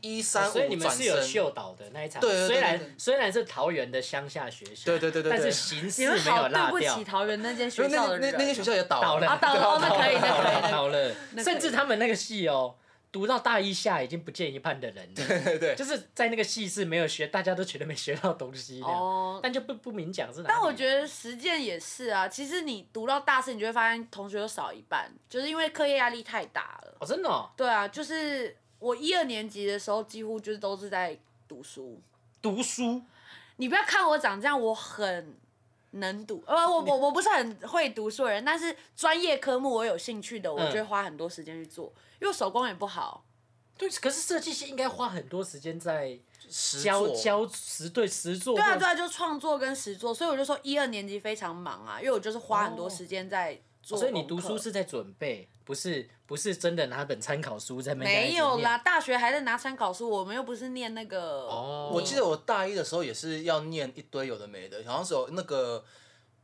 一三
哦所以
五
你们
转
是有
身。
秀导的那一场，
对对对
虽
对对
然虽然是桃园的乡下学校，
对对对对对
但是形
你
式
们
没有
好对
落
不
掉
起。桃园那间
因
学
为那
校的
间那
人，
那些学校也倒
倒了
啊倒了哦那可以那可以那可以哦
倒了
那可，以
甚至他们那个系哦，读到大一下已经不见一半的人了，对
对对，
就是在那个系是没有学，大家都觉得没学到东西的，
哦
但就不不明讲是哪里。
但我觉得实践也是啊，其实你读到大四，你就会发现同学都少一半，就是因为课业压力太大了。
哦，真的哦
对啊，就是我一二年级的时候，几乎就是都是在读书。
读书
你不要看我长这样，我很能读，呃，我我我不是很会读书的人，但是专业科目我有兴趣的，我就会花很多时间去做，因为我手工也不好。
对，可是设计系应该花很多时间在
实
教
作
教实对实作，
对啊，对啊，就创作跟实作，所以我就说一二年级非常忙啊，因为我就是花很多时间在
哦
做、
所以你读书。是在准备，不是不是真的拿本参考书在那边
没有啦，大学还在拿参考书，我们又不是念那个。
哦
我记得我大一的时候也是要念一堆有的没的，好像是有那个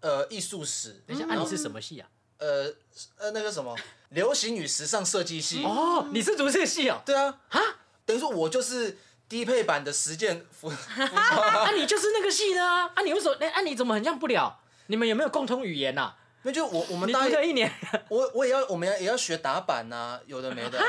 呃艺术史，
一直念。等一下，啊，你是什么系啊？
呃呃那个什么流行与时尚设计系。
哦，你是读这个系哦？
对啊，啊，等于说我就是低配版的实践 服，
啊，你就是那个系的啊？啊，你为什么？哎啊，你怎么很像不了？你们有没有共同语言呐？
那就我我们
你
大
读
一，
个一年，
我我也要我们也要学打板呐、有的没的，啊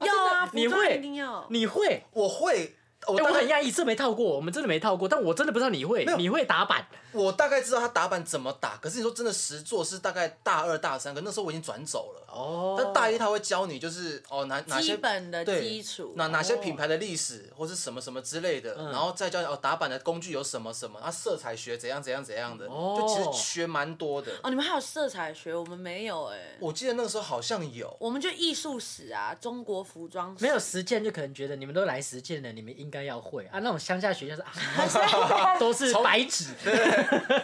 要啊，服
你
装
会
一定要。
你会？
我会，我
哎，
大
我
概、
很讶异，这没套过，我们真的没套过，但我真的不知道你会
没，有
你会打板
我大概知道他打板怎么打，可是你说真的实做是大概大二大三，可那时候我已经转走了。
哦
但大一他会教你，就是哦哪哪
基
些
本的
对
基础
哪
哦
哪些品牌的历史或是什么什么之类的，
嗯
然后再教你哦打板的工具有什么什么，啊色彩学怎样怎样怎样的，
哦
就其实学蛮多的。
哦，你们还有色彩学，我们没有哎、
我记得那个时候好像有，
我们就艺术史啊，中国服装史
没有实践，就可能觉得你们都来实践了，你们应该要会啊。那种乡下学校是啊，都是白纸，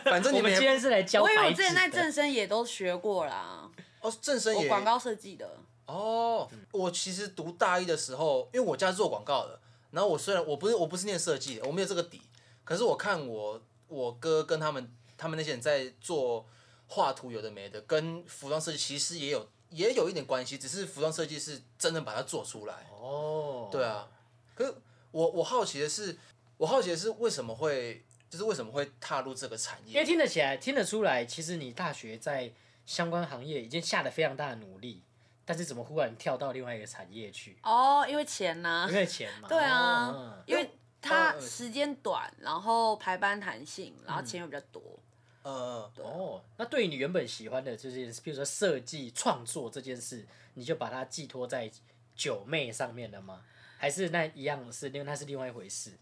反正
我
你
们
也
今天是来教
我以为
白
我
纸
之
的。
前在正生也都学过啦，
哦，正生
我
也
广告设计的。
哦。我其实读大一的时候，因为我家是做广告的，然后我虽然我不是我不是念设计的，我没有这个底，可是我看我我哥跟他们他们那些人在做画图，有的没的，跟服装设计其实也有也有一点关系，只是服装设计是真的把它做出来。
哦，
对啊，可是我我好奇的是，我好奇的是为什么会就是为什么会踏入这个产
因为
业？
听得起来，听得出来，其实你大学在相关行业已经下了非常大的努力，但是怎么忽然跳到另外一个产业去？
哦，因为钱呐、
因为钱嘛。
对啊
哦嗯
因为它
嗯
时间短，然后排班弹性，然后钱又比较多。
嗯嗯，
哦，那对于你原本喜欢的这些，比如说设计、创作这件事，你就把它寄托在九妹上面了吗？还是那一样是另那是另外一回事？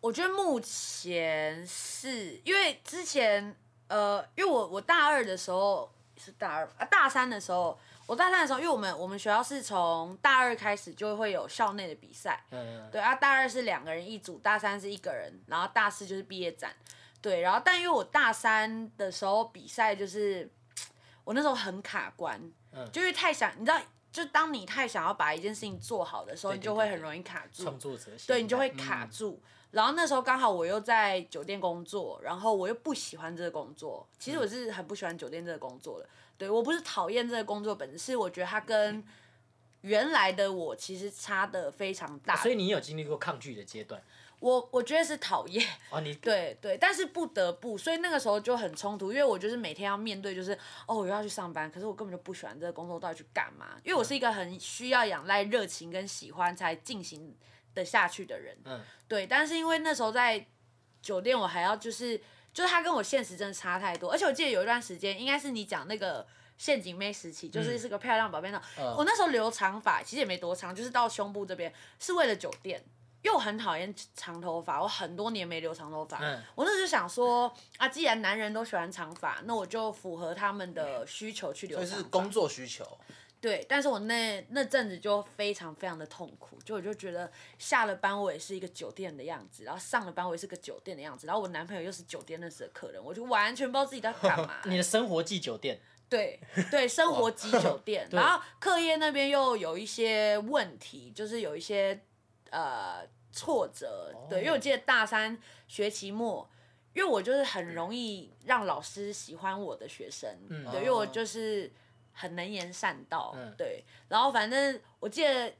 我觉得目前是因为之前呃，因为我我大二的时候是大二啊，大三的时候，我大三的时候，因为我们我们学校是从大二开始就会有校内的比赛，
嗯，
对啊，大二是两个人一组，大三是一个人，然后大四就是毕业展，对，然后但因为我大三的时候比赛就是，我那时候很卡关，
嗯
就是太想，你知道，就当你太想要把一件事情做好的时候，
对对
你就会
对
很容易卡住，
创作者心态，
对你就会
嗯
卡住。然后那时候刚好我又在酒店工作，然后我又不喜欢这个工作。
嗯
其实我是很不喜欢酒店这个工作的。对我不是讨厌这个工作本身，是我觉得它
嗯
跟原来的我其实差的非常大。
哦所以你有经历过抗拒的阶段
我我觉得是讨厌。
哦，你
对对，但是不得不，所以那个时候就很冲突，因为我就是每天要面对，就是哦，我又要去上班，可是我根本就不喜欢这个工作，到底去干嘛？因为我是一个很需要仰赖热情跟喜欢才进行的下去的人，
嗯，
对。但是因为那时候在酒店，我还要就是就是他跟我现实真的差太多，而且我记得有一段时间，应该是你讲那个。陷阱妹时期就是
嗯
是个漂亮宝贝那种，
嗯
我那时候留长发，其实也没多长，就是到胸部这边，是为了酒店，因为我很讨厌长头发，我很多年没留长头发，
嗯。
我那时候就想说，啊，既然男人都喜欢长发，那我就符合他们的需求去留
所
长
以
发。
是工作需求，
对，但是我那那阵子就非常非常的痛苦，就我就觉得下了班我也是一个酒店的样子，然后上了班我也是个酒店的样子，然后我男朋友又是酒店认识的客人，我就完全不知道自己在干嘛
你的生活寄酒店，
对对，生活及 酒店，
对
然后课业那边又有一些问题，就是有一些呃挫折。对，
哦
因为我记得大三学期末，因为我就是很容易让老师喜欢我的学生，
嗯
对，因为我
哦
就是很能言善道，
嗯
对。然后反正我记得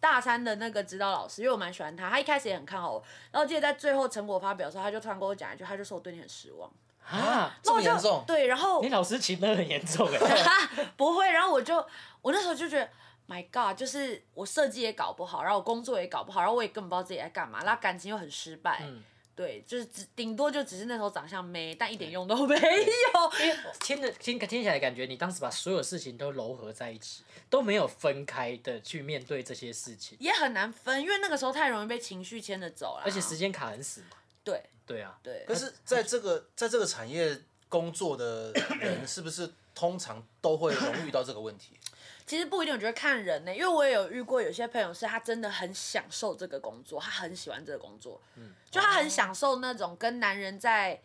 大三的那个指导老师，因为我蛮喜欢他，他一开始也很看好我，然后我记得在最后成果发表的时候，他就突然跟我讲一句，他就说我对你很失望。
啊，
这么
我就
严重，
对，然后
你老师情勒很严重 哎，
不会，然后我就我那时候就觉得。My God，就是我设计也搞不好，然后我工作也搞不好，然后我也根本不知道自己在干嘛，然后感情又很失败，
嗯
对，就是只顶多就只是那时候长相美，但一点用都没有。
因为听着听听起来感觉你当时把所有事情都糅合在一起，都没有分开的去面对这些事情，
也很难分，因为那个时候太容易被情绪牵着走了。
而且时间卡很死嘛，
对
对啊，
对，
可是在这个在这个产业工作的人，是不是通常都会容易遇到这个问 题？
其实不一定，我觉得看人呢、因为我也有遇过有些朋友是他真的很享受这个工作，他很喜欢这个工作，
嗯
就他
哦
很享受那种跟男人在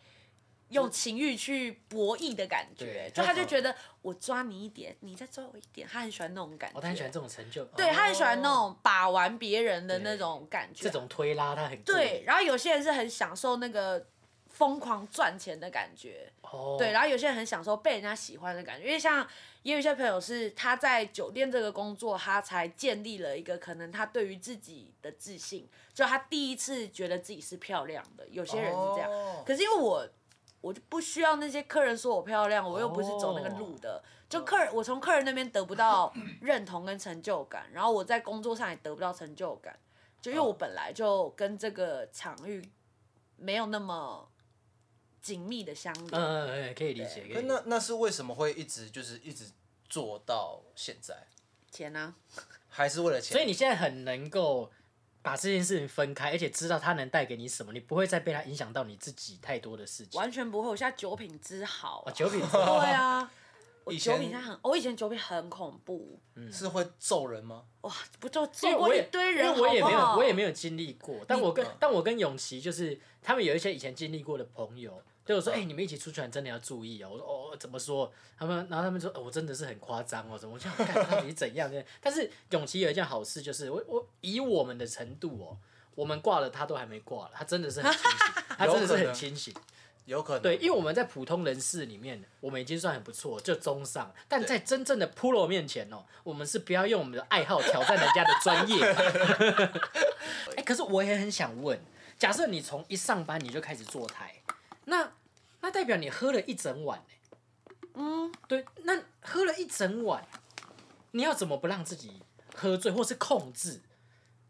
用情欲去博弈的感觉
对，
就
他
他就觉得我抓你一点，你再抓我一点，他很喜欢那种感觉，
哦，他很喜欢这种成就，
对
哦
他很喜欢那种把玩别人的那种感觉，
这种推拉，他很
对，，然后有些人是很享受那个疯狂赚钱的感觉，
哦，
对，然后有些人很享受被人家喜欢的感觉，因为像也有一些朋友是他在酒店这个工作，他才建立了一个可能他对于自己的自信，就他第一次觉得自己是漂亮的，有些人是这样。
哦
可是因为我，我就不需要那些客人说我漂亮，我又不是走那个路的，就客人我从客人那边得不到认同跟成就感，然后我在工作上也得不到成就感，就因为我本来就跟这个场域没有那么紧密的相连。
嗯嗯嗯，可以理解，可以
可
理解
那那是为什么会一直就是一直做到现在？
钱啊呢、
还是为了钱？
所以你现在很能够把这件事情分开，而且知道它能带给你什么，你不会再被它影响到你自己太多的事情。
完全不会，我现在酒品之好、
哦， 九品
对 啊，我
以
酒
前
品现在很，我哦以前酒品很恐怖，
是会揍人吗？
哇，不就
因
做
为
过
我
一
也
堆人好
因为我也
不
没有
好？嗯
我也没有经历过，但我跟但我跟永琪就是他们有一些以前经历过的朋友。对
嗯
我说：“哎、你们一起出去玩真的要注意哦。”我说：“哦，怎么说？”他们，然后他们说：“哦、我真的是很夸张哦，怎么我想干到底怎样？” 但是永琪有一件好事，就是我我以我们的程度哦，我们挂了他都还没挂了，他真的是很清 醒，他真的是很清醒。
有可能。
对，因为我们在普通人士里面，我们已经算很不错，就中上。但在真正的 pro 面前哦，我们是不要用我们的爱好挑战人家的专业。 哎、可是我也很想问，假设你从一上班你就开始坐台，那那代表你喝了一整晚、欸、嗯，对，那喝了一整晚，你要怎么不让自己喝醉，或是控制？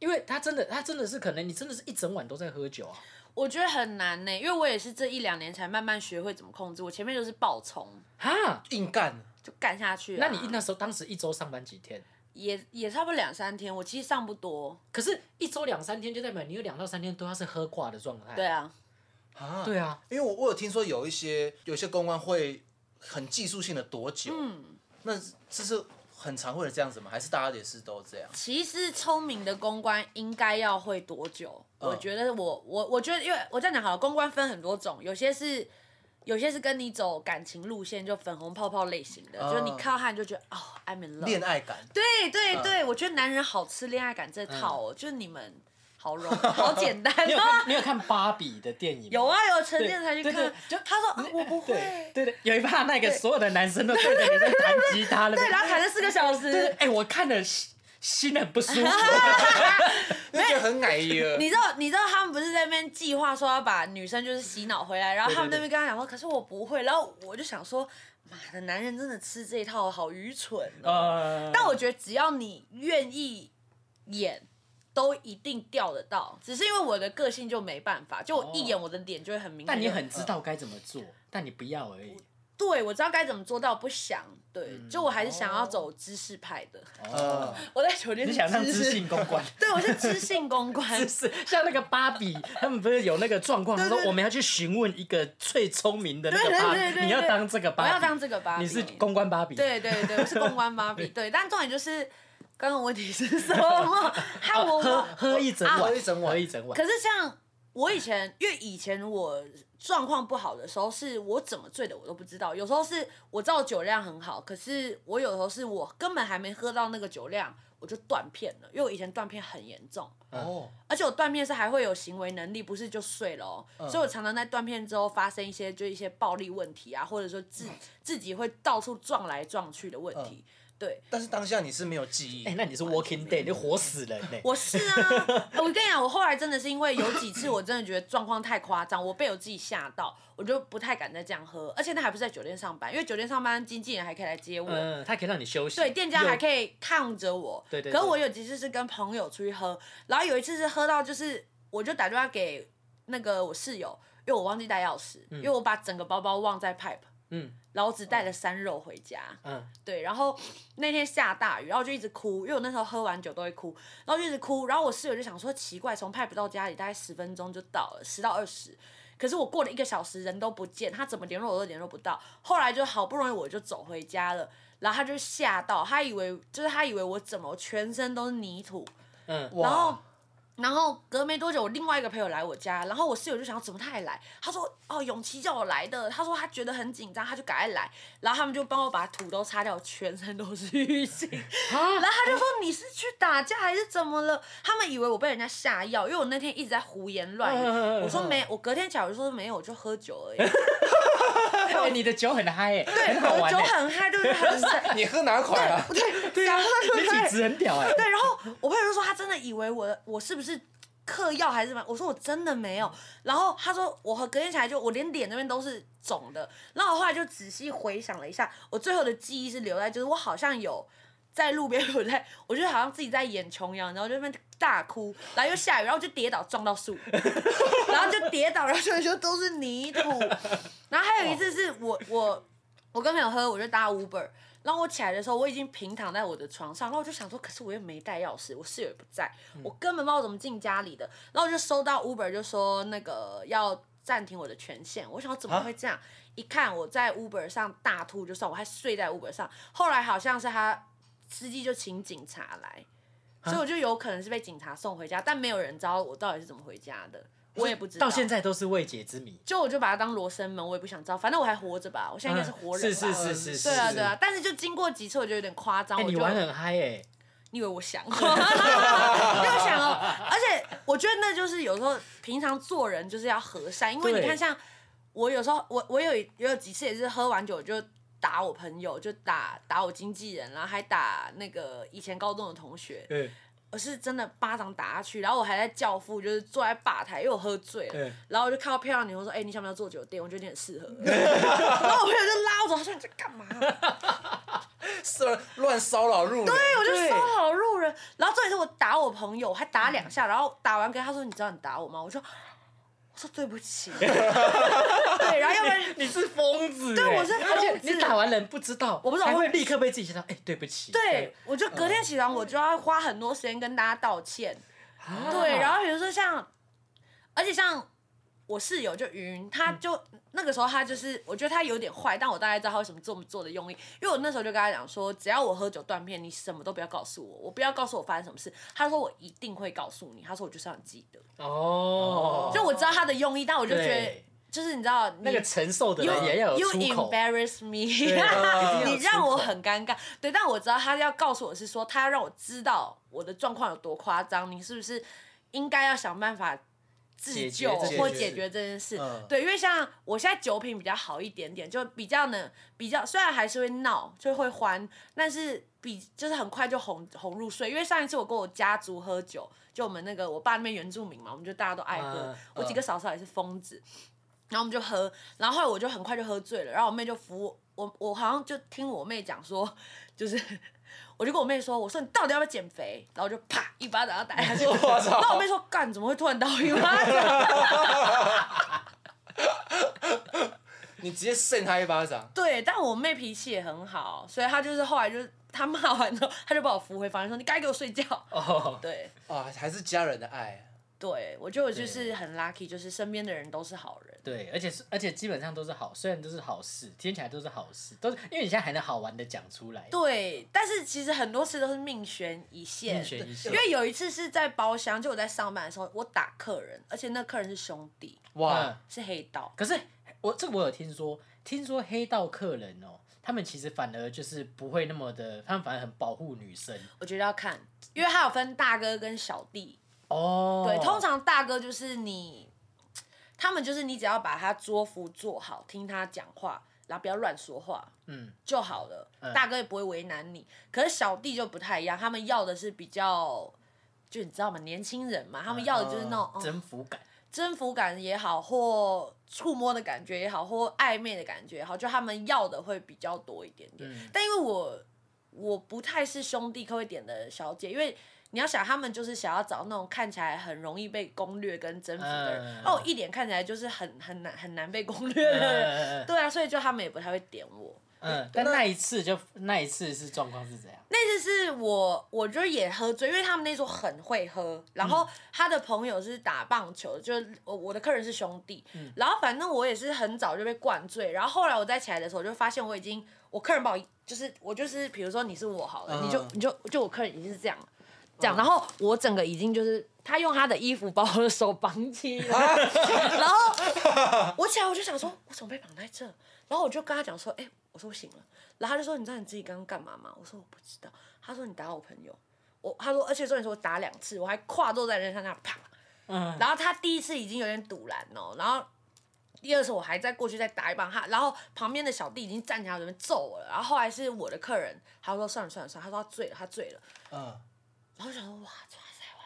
因为他真的，他真的是可能你真的是一整晚都在喝酒啊。
我觉得很难呢、因为我也是这一两年才慢慢学会怎么控制。我前面就是爆冲，
哈，
硬干，
就干下去啊、
那你那时候当时一周上班几天？
也也差不多两三天，我其实上不多。
可是，一周两三天就代表你有两到三天都要是喝挂的状态。
对啊，
啊，
对啊，
因为我我有听说有一些有一些公关会很技术性的躲酒，
嗯，
那这是很常会的这样子吗？还是大家也是都这样？
其实聪明的公关应该要会多久？
嗯
我觉得我我我觉得，因为我这样讲好了，公关分很多种，有些是有些是跟你走感情路线，就粉红泡泡类型的，
嗯
哦
就是你靠汉就觉得哦，I'm in love。
恋爱感，
对对
嗯
对，我觉得男人好吃恋爱感这套哦，就是你们 好容好简单
你有
哦。
看你有看芭比的电影吗？
有啊，有陈
对
建才去
对
看，
对就
他说、啊、我不会，
对对对，有一趴那个
对
所有的男生都对着女生弹吉他了，
对，然后谈了四个小时。
对，哎、我看了心心很不舒 服。
那个很矮耶。
你知道，你知道他们不是在那边计划说要把女生就是洗脑回来，然后他们那边跟他讲说，可是我不会，然后我就想说，妈的，男人真的吃这一套，好愚蠢哦。
呃，
但我觉得只要你愿意演，都一定钓得到。只是因为我的个性就没办法，就我一演我的脸就会很明
哦
显。
但你很知道该怎么做，但你不要而已。
对，我知道该怎么做到，不想对，
嗯
就我还是想要走知识派的。
呃，
我在酒
哦
店
你
是
想让知
识，
性公 关？
对我是知性公 关，
就是像那个芭比，他们不是有那个状况，他
对
说
对
我们要去询问一个最聪明的那个
对对
芭
对对
比，
对
你要当这个芭
我
比，
要当这个芭比。
你是公关芭比，
对对对，我是公关芭比。对，但重点就是刚刚问题是什么？ 害我
啊哦喝
忘。
喝一整晚，
啊喝一整晚
喝一整晚。
可是像我以前，因为以前我状况不好的时候，是我怎么醉的我都不知道。有时候是我知道我酒量很好，可是我有时候是我根本还没喝到那个酒量，我就断片了，因为我以前断片很严重。
哦，
而且我断片是还会有行为能力，不是就睡了哦、
嗯
所以我常常在断片之后发生一些就一些暴力问题啊，或者说
嗯
自自己会到处撞来撞去的问题。
嗯
对，
但是当下你是没有记忆
哎、，那你是 walking day，你活死人呢、
我是啊，哎我跟你讲，我后来真的是因为有几次我真的觉得状况太夸张，我被我自己吓到，我就不太敢再这样喝，而且那还不是在酒店上班，因为酒店上班经纪人还可以来接我。
嗯，他可以让你休息。
对，店家还
以。
可以看着我。
对对对
可是我有几次是跟朋友出去喝，然后有一次是喝到就是，我就打电话给那个我室友，因为我忘记带钥匙，因为我把整个包包忘在 pipe，
嗯
然后我只带了三肉回家。
嗯，
对，然后那天下大雨，然后就一直哭，因为我那时候喝完酒都会哭，然后就一直哭，然后我室友就想说奇怪，从派不到家里大概十分钟就到了，十到二十，可是我过了一个小时人都不见，他怎么联络我都联络不到，后来就好不容易我就走回家了，然后他就吓到，他以为就是他以为我怎么全身都是泥土，
嗯
然后
哇，
然后隔没多久，我另外一个朋友来我家，然后我室友就想怎么他也来，他说哦永琪叫我来的，他说他觉得很紧张，他就赶快来，然后他们就帮我把土都擦掉，全身都是淤青， 然后他就说你是去打架还是怎么了？他们以为我被人家下药，因为我那天一直在胡言乱
嗯嗯嗯
语，
嗯
我说没，我隔天起来我就说没有，我就喝酒而已，
哎，你的酒很嗨哎、
对，
很好
我
玩
酒
哎、
很嗨，对不对？ 很省，
你喝哪款啊？
对对啊，
你体质很屌哎、
对，然后我朋友就说他真的以为我我是不是嗑药还是什么，我说我真的没有。然后他说我和隔天起来就我连脸那边都是肿的。然后我后来就仔细回想了一下，我最后的记忆是留在就是我好像有。在路边，我在，我就好像自己在演琼瑶，然后就在那边大哭，然后又下雨，然后就跌倒撞到树，然后就跌倒，然后就就都是泥土。然后还有一次是我我我跟朋友喝，我就搭 Uber，然后我起来的时候我已经平躺在我的床上，然后我就想说，可是我又没带钥匙，我室友也不在，我根本不知道怎么进家里的。然后我就收到 Uber 就说那个要暂停我的权限，我想怎么会这样？一看我在 Uber 上大吐就算，我还睡在 Uber 上。后来好像是他司机就请警察来，
啊
所以我就有可能是被警察送回家，但没有人知道我到底是怎么回家的，我也不知道。
到现在都是未解之谜。
就我就把它当罗生门，我也不想知道，反正我还活着吧，我现在应该是活人吧。
嗯是是是是是。
对啊对啊，但是就经过几次，我觉得有点夸张。
哎、
我
你
就
玩很嗨哎、
你以为 我想？你以为我想哦？而且我觉得那就是有时候平常做人就是要和善，因为
对
你看像我有时候我我有一有几次也是喝完酒就打我朋友，就打打我经纪人，然后还打那个以前高中的同学，
嗯
我是真的巴掌打下去，然后我还在教父，就是坐在吧台，因为我喝醉了，
嗯
然后我就看到漂亮女生说：“哎、你想不想做酒店？我觉得你很适合。”然后我朋友就拉我走，他说：“你在干嘛？”
是乱骚扰路人，
对，我就
对
骚扰路人，然后重点是我打我朋友，我还打两下，然后打完给他他说你知道你打我吗？我说我说对不起，对，然后要不然
哎你是疯子欸、
对我是疯子
而且你打完人不知道，
我不知道
还
我
会立刻被自己吓到。哎、对不起。
对，我就隔天起床，我就要花很多时间跟大家道歉。对，然
后
后比如说像，而且像我室友就云，他
嗯
就、那个时候他就是，我觉得他有点坏，但我大概知道他为什么这么做的用意，因为我那时候就跟他讲说，只要我喝酒断片，你什么都不要告诉我，我不要告诉我发生什么事。他说我一定会告诉你，他说我就是要你记得，
哦，
就我知道他的用意，但我就觉得
对
就是你知道
那个
你
承受的
You
人也要有
you
出口。
embarrass me，
对啊一定要有
你让
出
我
口
很尴尬。对，但我知道他要告诉我是说，他要让我知道我的状况有多夸张，你是不是应该要想办法自
解
救
决这件
或
事
解决这件事
嗯？
对，因为像我现在酒品比较好一点点，就比较能比较，虽然还是会闹，就会欢，但是比就是很快就哄哄入睡。因为上一次我跟我家族喝酒，就我们那个我爸那边原住民嘛，我们就大家都爱喝，
嗯
我几个嫂嫂也是疯子。然后我们就喝，然后后来我就很快就喝醉了，然后我妹就扶我，我我好像就听我妹讲说，就是 我就跟我妹说，我说你到底要不要减肥？然后我就啪一巴掌要打下 去，
我操
然后我妹说干怎么会突然打我一巴掌？，
你直接扇他一巴掌
对，但我妹脾气也很好，所以她就是后来就是她骂完之后，她就把我扶回房间说你该给我睡觉。
哦，
对
啊，还是家人的爱，
对，我觉得我就是很 lucky，就是身边的人都是好人。
对，而且是而且基本上都是好，虽然都是好事，听起来都是好事，都是因为你现在还能好玩的讲出来。
对，但是其实很多次都是命悬一线，
命悬一线
因为有一次是在包厢，就我在上班的时候，我打客人，而且那客人是兄弟，
哇、
哇，
是黑道。
可是我这个我有听说，听说黑道客人哦，他们其实反而就是不会那么的，他们反而很保护女生
我觉得要看，因为他有分大哥跟小弟。
哦。
对，通常大哥就是你，他们就是你只要把他桌服做好，听他讲话，然后不要乱说话
嗯
就好了。
嗯
大哥也不会为难你，可是小弟就不太一样，他们要的是比较。就你知道吗？年轻人嘛，他
嗯
们要的就是那种、哦
征服 感，
征服感也好，或触摸的感觉也好，或暧昧的感觉也好，就他们要的会比较多一点点。
嗯
但因为我我不太是兄弟客会点的小姐，因为你要想，他们就是想要找那种看起来很容易被攻略跟征服的人，
嗯
哦、我一脸看起来就是很很难很难被攻略的人，
嗯
对啊，所以就他们也不太会点我。
嗯，但那一次就那一次是状况是怎样？
那次是我，我就也喝醉，因为他们那时候很会喝，然后他的朋友是打棒球的，就是我我的客人是兄弟，然后反正我也是很早就被灌醉，然后后来我再起来的时候，我就发现我已经，我客人把我就是我就是，比如说你是我好了，
嗯
你就你就就我客人已经是这样了这样，然后我整个已经就是他用他的衣服把我的手绑起来，然后我起来我就想说，我怎么被绑在这？然后我就跟他讲说，哎、我说我醒了。然后他就说，你知道你自己刚刚干嘛吗？我说我不知道。他说你打我朋友，我他说，而且重点是我打两次，我还跨坐在人家那啪。
嗯，
然后他第一次已经有点堵拦哦，然后第二次我还在过去再打一棒他，然后旁边的小弟已经站起来准备揍我了。然后后来是我的客人，他说算了算了算了，他说他醉了，他醉了。
嗯，
然后我想说，哇塞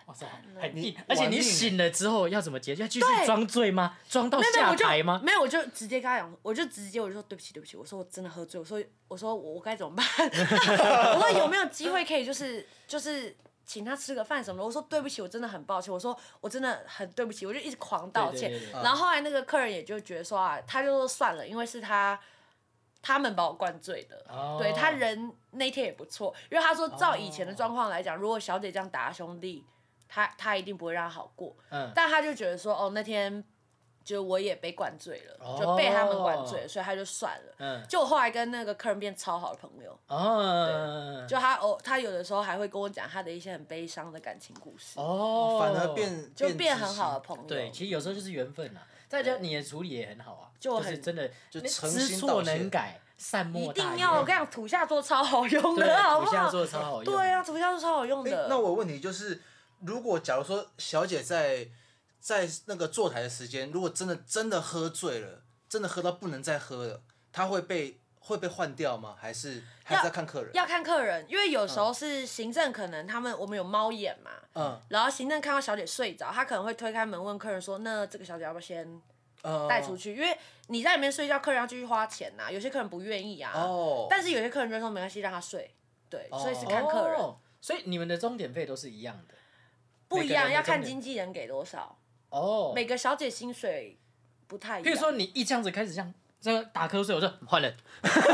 哇塞，
哇塞，很
你
硬，而且
玩
你
命
醒了之后要怎么解决？要继
对
续装醉吗？装到
没有没有，
下
我就
台吗？
没有，我就直接跟他讲，我就直接我就说对不起对不起，我说我真的喝醉，我说我说我我该怎么办？ 我说有没有机会可以就是就是请他吃个饭什么的？我说对不起，我真的很抱歉，我说我真的很对不起，我就一直狂道歉。
对对对对
然后后来那个客人也就觉得说啊，他就说算了，因为是他。他们把我灌醉的
哦
对他人那天也不错，因为他说照以前的状况来讲，如果小姐这样打兄弟，他他一定不会让他好过。
嗯，
但他就觉得说，哦，那天就我也被灌醉了，
哦
就被他们灌醉了，所以他就算了。
嗯，
就我后来跟那个客人变超好的朋友，
哦，
就他哦，他有的时候还会跟我讲他的一些很悲伤的感情故事，
哦，
反而变哦
就变很好的
知
朋友。
对，其实有时候就是缘分啦。再加上你的处理也很好啊，
就
就是
很
真的，
就
那
诚
知
心
错
道歉
能改，善莫
一
大
定要我
焉。
跟你讲，土下座超好用
对，
的，好不
土下
好？
做超好用。
对啊，，土下座超好用
识。
的
哎，。那我有问题就是，如果假如说小姐在在那个坐台的时间，如果真的真的喝醉了，真的喝到不能再喝了，她会被会被换掉吗？还是还是在看客人？
要看客人，因为有时
嗯
候是行政，可能他们我们有猫眼嘛，
嗯，
然后行政看到小姐睡着，他可能会推开门问客人说：“那这个小姐要不要先
哦
呃
带出去，因为你在里面睡觉，客人要继续花钱呐、有些客人不愿意啊，
哦，
但是有些客人就说没关系，让他睡，对，所以是看客人，
哦所以你们的终点费都是一样的
不
每
一样，
个人的
要
重
看
点
经纪人给多少，
哦。
每个小姐薪水不太一样。
譬如说你一这样子开始这样这样打瞌睡，我说换人，
可 以可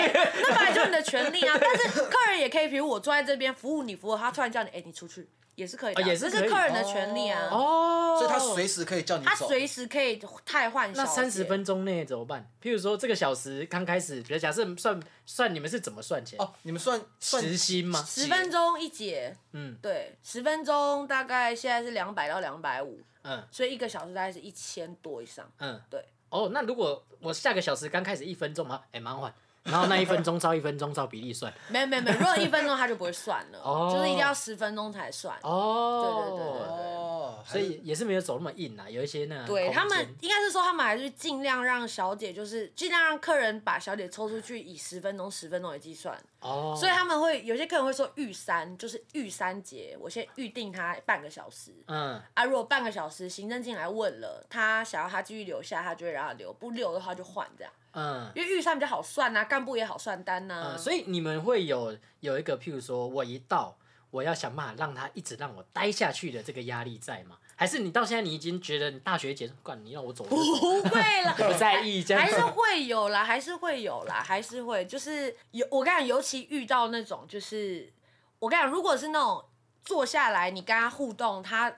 以，那本来就是你的权利啊。但是客人也可以，比如我坐在这边服务你，服务他，突然叫你，哎、你出去也是可以的啊、
啊也是
这
可
是
以
客人的权利啊。
哦，
所以他随时可以叫你
他
走。
随时可以汰换小
那
姐
三十分钟内怎么办？譬如说这个小时刚开始，比如假设算算你们是怎么算钱？
哦，你们算算
时薪吗？
十分钟一节，
嗯
对，十分钟大概现在是两百到两百五，
嗯
所以一个小时大概是一千多以上。
嗯，
对。
哦，那如果我下个小时刚开始一分钟嘛，哎，蛮缓，然后那一分钟照一分钟照比例算。
没有没有没有，如果一分钟他就不会算了，
哦
就是一定要十分钟才算。
哦，
对对对对
哦，还
所
是
以也是没有走那么硬啊，有一些那个
对
空
他们
间
应该是说，他们还是尽量让小姐，就是尽量让客人把小姐抽出去，以十分钟、十分钟为计算。
哦，
所以他们会有些客人会说预三，就是预三节，我先预定他半个小时。
嗯
啊，如果半个小时行政进来问了，他想要他继续留下，他就会让他留；不留的话就换这样。
嗯。
因为预算比较好算呐、干部也好算单啊呐、
嗯，所以你们会有有一个，譬如说我一到，我要想办法让他一直让我待下去的这个压力在吗？还是你到现在你已经觉得你大学姐，管你让我 走我就走，
不会啦，
不在意这样
还
子
是会有啦，还是会有啦，还是会，就是有我跟你讲，尤其遇到那种，就是我跟你讲，如果是那种坐下来你跟他互动，他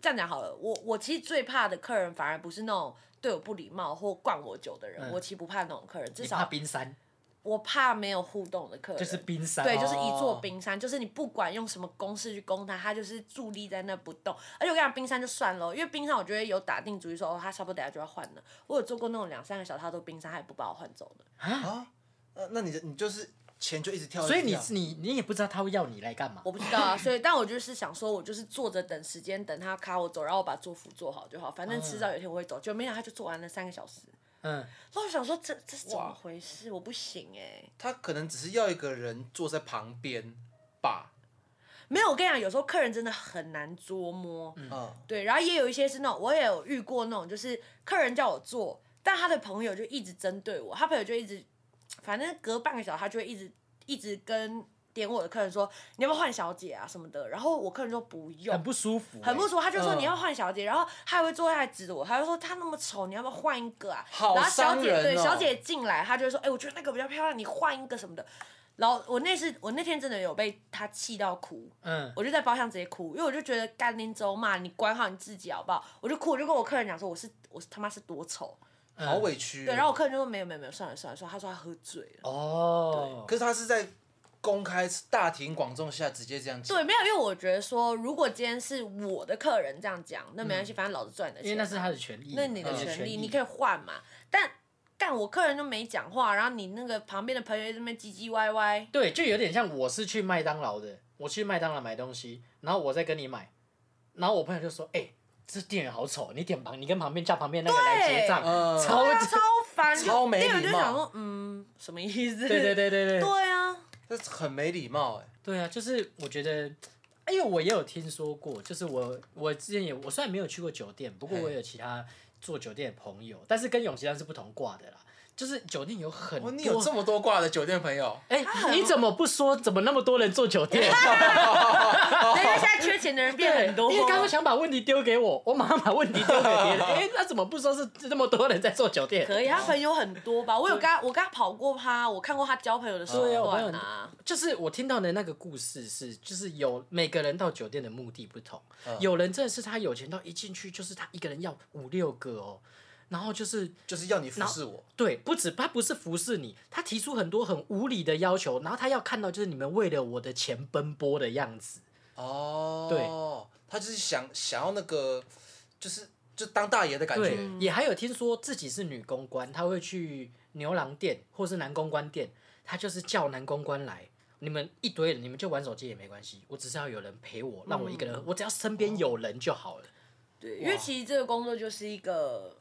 这样讲好了，我我其实最怕的客人反而不是那种对我不礼貌或灌我酒的人，
嗯
我其实不怕那种客人，至
你怕
少
冰山，我
我怕没有互动的客人，
就是冰山，
对，
哦
就是一座冰山，就是你不管用什么公式去攻它，它就是伫立在那不动。而且我跟你讲，冰山就算了，哦因为冰山我觉得有打定主意说，哦，它差不多等下就要换了。我有做过那种两三个小时，它都冰山，它也不把我换走的。
啊，那那你的你就是钱就一直跳，啊
所以
一直
你
跳
你你也不知道他会要你来干嘛
我不知道啊，所以但我就是想说，我就是坐着等时间，等它卡我走，然后我把做服做好就好，反正迟早有一天我会走。就没想到它就做完了三个小时，
嗯，
所以我想说这这是怎么
哇
回事？我不行哎、
他可能只是要一个人坐在旁边吧，
没有，我跟你讲，有时候客人真的很难捉摸。
嗯，
对，然后也有一些是那种，我也有遇过那种，就是客人叫我做，但他的朋友就一直针对我，他朋友就一直，反正隔半个小时他就会一直一直跟点我的客人说，你要不要换小姐啊什么的，然后我客人说不用，
很不舒服欸，
很不
服
舒服，他就说
嗯
你要换小姐，然后他还会坐下来指着我，他就说他那么丑，你要不要换一个啊？
好
然后小
伤
姐、
人
对
哦
小姐进来，他就会说，哎、我觉得那个比较漂亮，你换一个什么的。然后我那次我那天真的有被他气到哭，
嗯，
我就在包厢直接哭，因为我就觉得干拎走嘛，你管好你自己好不好？我就哭，我就跟我客人讲说我是我是他妈是多丑，
嗯
好委屈哦。
对，然后我客人就说没有没有没有，算了算了算了，他说他喝醉了。
哦，
可是他是在公开大庭广众下直接这样讲，
对，没有，因为我觉得说，如果今天是我的客人这样讲，那没关系，反正老子赚你的
因为
钱嘛，
那是他的权益嘛，
哦那你的
嗯
权利，你可
以
以换嘛。但干我客人就没讲话，然后你那个旁边的朋友在那边唧唧歪歪，
对，就有点像我是去麦当劳的，我去麦当劳买东西，然后我再跟你买，然后我朋友就说，哎、这店员好丑，你点旁，你跟旁边叫旁边那个来结账，
嗯
超
对啊，超烦，
超
就
没
店员
礼
就想
貌
说，嗯，什么意思？
对对哦对对对，
对啊，
这很没礼貌哎。
对啊，就是我觉得，因为我也有听说过，就是我我之前也我虽然没有去过酒店，不过
嘿
我有其他做酒店的朋友，但是跟永琪丹是不同挂的啦，就是酒店有很
哦
哇，
多
你有这么多挂的酒店朋友，
哎、你怎么不说？怎么那么多人做酒 店？
人家现在缺钱的人变很多，
因为刚刚想把问题丢给我，我马上把问题丢给 别人。哎、那怎么不说是这么多人在做酒店？
可以，他朋友很多吧？我有跟他，我跟他跑过趴，我看过他交朋友的手
对啊我朋友很
段啊。
就是我听到的那个故事是，就是有每个人到酒店的目的不同，
嗯
有人真的是他有钱到一进去就是他一个人要五六个哦，然后就是
就是要你服侍我，
对，不止他不是服侍你，他提出很多很无理的要求，然后他要看到就是你们为了我的钱奔波的样子。
哦，对，他就是想想要那个，就是就当大爷的感
对
觉，，
也还有听说自己是女公关，她会去牛郎店或是男公关店，她就是叫男公关来，你们一堆人，你们就玩手机也没关系，我只是要有人陪我，让我一个人，我只要身边有人就好了，
对，因为其实这个工作就是一个，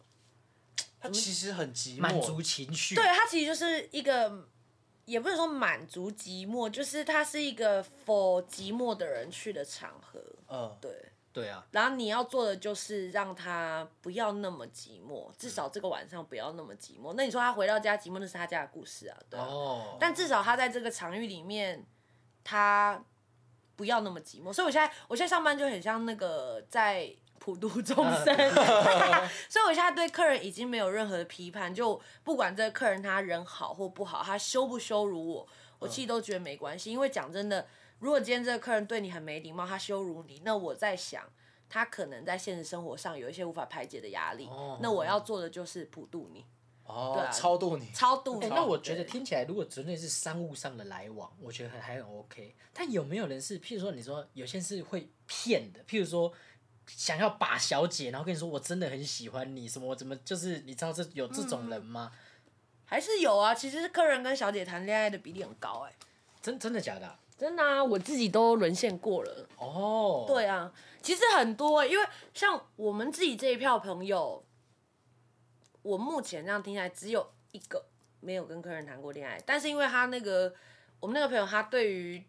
他其实很寂
满足
寞，
情绪。
对，它其实就是一个，也不是说满足寂寞，就是它是一个 for 寂寞的人去的场合。
嗯，
对，
对啊，
然后你要做的就是让他不要那么寂寞，至少这个晚上不要那么寂寞。那你说他回到家寂寞，那是他家的故事啊，对啊
哦，
但至少他在这个场域里面，他不要那么寂寞。所以我现在，我现在上班就很像那个在普度众生，
嗯
所以我现在对客人已经没有任何的批判，就不管这个客人他人好或不好，他羞不羞辱我，我
嗯
其实都觉得没关系。因为讲真的，如果今天这个客人对你很没礼貌，他羞辱你，那我在想。他可能在现实生活上有一些无法排解的压力，
哦
那我要做的就是普度你，对
哦
啊，
超度你，
超度你。
哎、那我觉得
对
听起来，如果纯粹是商务上的来往，我觉得还还很 OK。但有没有人是，譬如说，你说有些是会骗的，譬如说想要把小姐，然后跟你说我真的很喜欢你，什么我怎么就是你知道这有这种人吗？
还是有啊，其实是客人跟小姐谈恋爱的比例很高哎、
真真的假的啊、
真的啊，我自己都沦陷过了。
哦，
对啊，其实很多、欸，因为像我们自己这一票朋友，我目前这样听起来只有一个没有跟客人谈过恋爱，但是因为他那个我们那个朋友，他对于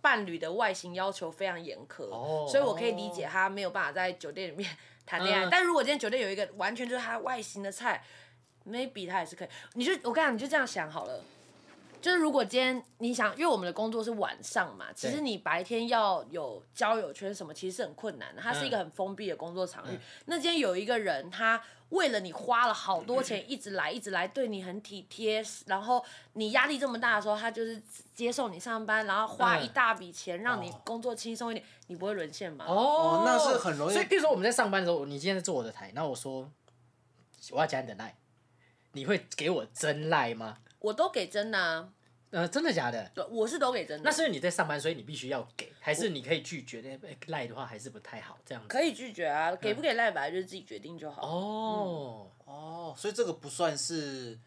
伴侣的外形要求非常严苛，
哦
所以我可以理解他没有办法在酒店里面谈恋爱。
嗯
但如果今天酒店有一个完全就是他外形的菜，maybe 他也是可以。你就我跟你讲，你就这样想好了。就是如果今天你想，因为我们的工作是晚上嘛，其实你白天要有交友圈什么，其实是很困难的。它
嗯
是一个很封闭的工作场域。那今天有一个人，他为了你花了好多钱，一直来一直来，对你很体贴，然后你压力这么大的时候，他就是接受你上班，然后花
嗯
一大笔钱让你
哦
工作轻松一点，你不会沦陷吗？
哦
哦，那是很容易
所以，譬如说我们在上班的时候，你今天在做我的台，那我说我要加你的赖，你会给我真赖吗？
我都给真的、啊，
呃，真的假的？
对，我是都给真的。啊
那是因为你在上班，所以你必须要给，还是你可以拒绝？哎哎赖的话还是不太好，这样子。
可以嗯拒绝啊，
嗯
给不给赖本来就是自己决定就好。
哦，
哦，
所以这个不算是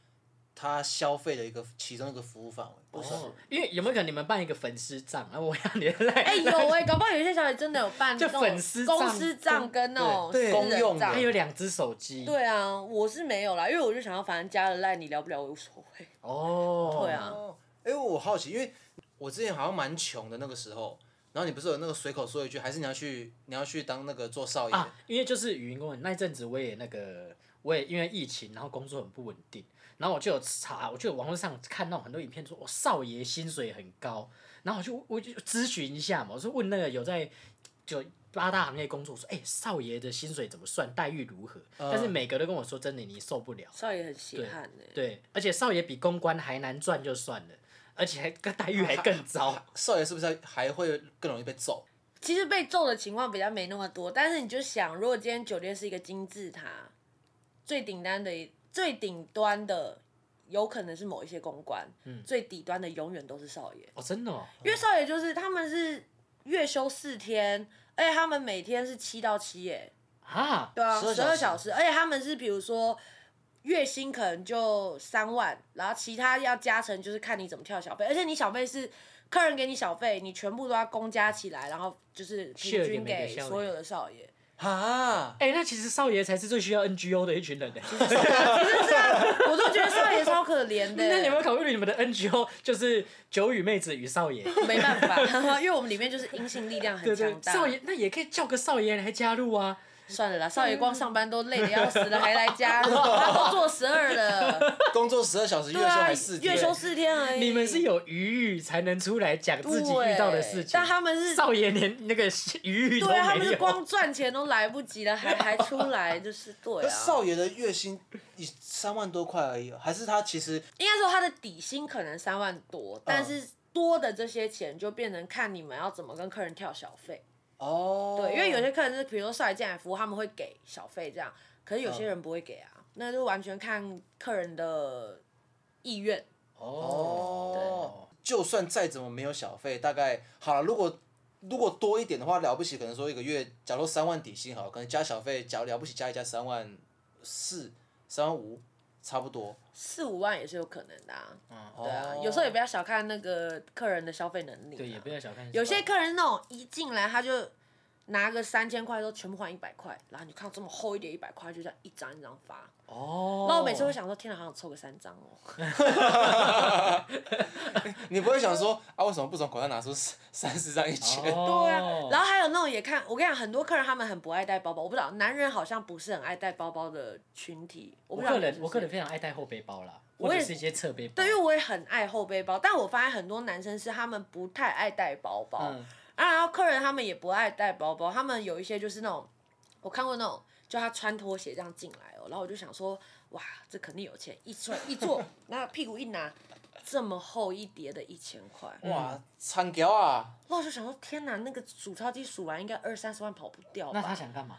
他消费的一个其中一个服务范围，不算。
哦，因为有没有可能你们办一个粉丝账，啊然后我要你的赖？
哎、有哎、搞不好有些小姐真的有办
就
那种
粉丝账
公司账跟那种
对对
私人
公用的
账
他有两只手机。
对啊，我是没有啦，因为我就想要，反正加了赖你聊不聊我无所谓。
哦，
对啊
哦，哎、我好奇，因为我之前好像蛮穷的那个时候，然后你不是有那个随口说一句，还是你要去你要去当那个做少爷？
啊，因为就是语音工人那一阵子，我也那个，我也因为疫情，然后工作很不稳定，然后我就有查，我就有网络上看到很多影片说，我、哦少爷薪水很高，然后我就我就咨询一下嘛，我就问那个有在就八大行业工作，我说哎、少爷的薪水怎么算，待遇如何？但是每个都跟我说，真的你受不了，
少爷很血汗哎、
对，而且少爷比公关还难赚就算了，而且还跟待遇还更 糟。
少爷是不是还会更容易被揍？
其实被揍的情况比较没那么多，但是你就想，如果今天酒店是一个金字塔，最顶端的最顶端的有可能是某一些公关，最底端的永远都是少爷，
哦，真的、哦，
因为少爷就是他们是月休四天，而且他们每天是七到七耶，
啊，
对啊，
12
十
小
二
时
小时，而且他们是比如说月薪可能就三万，然后其他要加成就是看你怎么跳小费，而且你小费是客人给你小费，你全部都要公加起来，然后就是平
Share 给
均
每个
给
少爷
所有的少爷。
啊，
哎、那其实少爷才是最需要 NGO 的一群人呢。欸
是啊，我都觉得少爷超可怜 的。欸
那你有没有考虑你们的 NGO 就是九羽妹子与少爷？
没办法，因 为我们里面就是阴性力量 很
对对
强，大。
少爷那也可以叫个少爷来加入啊。
算了啦，少爷光上班都累得要死了，还来 家，
嗯
他都做十二了，
工作十二小时，月
对
休
啊
还四，天，
月休四天而已。
你们是有余欲才能出来讲自己遇到的事
对
情，
但他们是
少爷连那个余欲都
对啊，他们
没
是
有。
光赚钱都来不及了，还还出来，就是对
那
啊。
少爷的月薪一三万多块而已，还是他其实
应该说他的底薪可能三万
嗯
多，但是多的这些钱就变成看你们要怎么跟客人跳小费。
哦，
对，因为有些客人是比如说少爷进来服务，他们会给小费这样，可是有
嗯
些人不会给啊，那就完全看客人的意愿。
哦，就算再怎么没有小费，大概好了，如果如果多一点的话，了不起可能说一个月，假如三万底薪好了，可能加小费，假如了不起加一加三万四、三万五，差不多。
四五万也是有可能的、啊，
哦
对
对
啊，有时候也不要小看那个客人的消费能力、啊，
对，也不要小看。
有些客人那种一进来他就拿个三千块都全部换一百块，然后你看到这么厚一叠一百块，就这样一张一张发。
哦
然后我每次会想说，天哪，好想抽个三张哦。
你不会想说啊，为什么不从口袋拿出三三十张一千？
哦
对啊，然后还有那种也看，我跟你讲，很多客人他们很不爱带包包，我不知道，男人好像不是很爱带包包的群体。我
我
不知道
个
你
人
是不
我个人
是
非常爱带后背包啦，
我
或者
也
是一些侧背包。
对，因为我也很爱后背包，但我发现很多男生是他们不太爱带包包，
嗯
啊，然后客人他们也不爱带包包，他们有一些就是那种，我看过那种，就他穿拖鞋这样进来哦，然后我就想说，哇，这肯定有钱，一穿一坐，那屁股一拿，这么厚一叠的一千块，然
哇，惨条啊！
后我就想说，天哪，那个数钞机数完应该二三十万跑不掉
那
吧
他？想干嘛？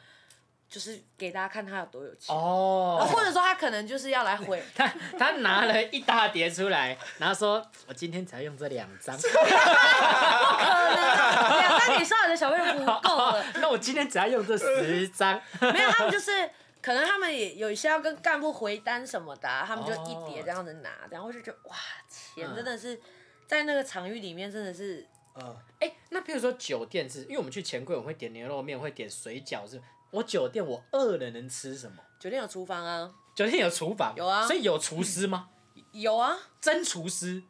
就是给大家看他有多有钱，
哦
然后或者说他可能就是要来回，
他他拿了一大叠出来，然后说：“我今天才用这两张，
可能 两三点上来的小朋友不够了。
那我今天只要用这十张。
没有，他们就是可能他们也有一些要跟干部回单什么的啊、他们就一叠这样子拿，然后我就觉得哇，钱
嗯
真的是在那个场域里面真的是
嗯，”
哎，那比如说酒店是，因为我们去钱柜，我们会点牛肉面，会点水饺，是。我酒店我饿了能吃什么？
酒店有厨房啊，
酒店有厨房，
有啊
所以有厨师吗？
有啊，
真厨师？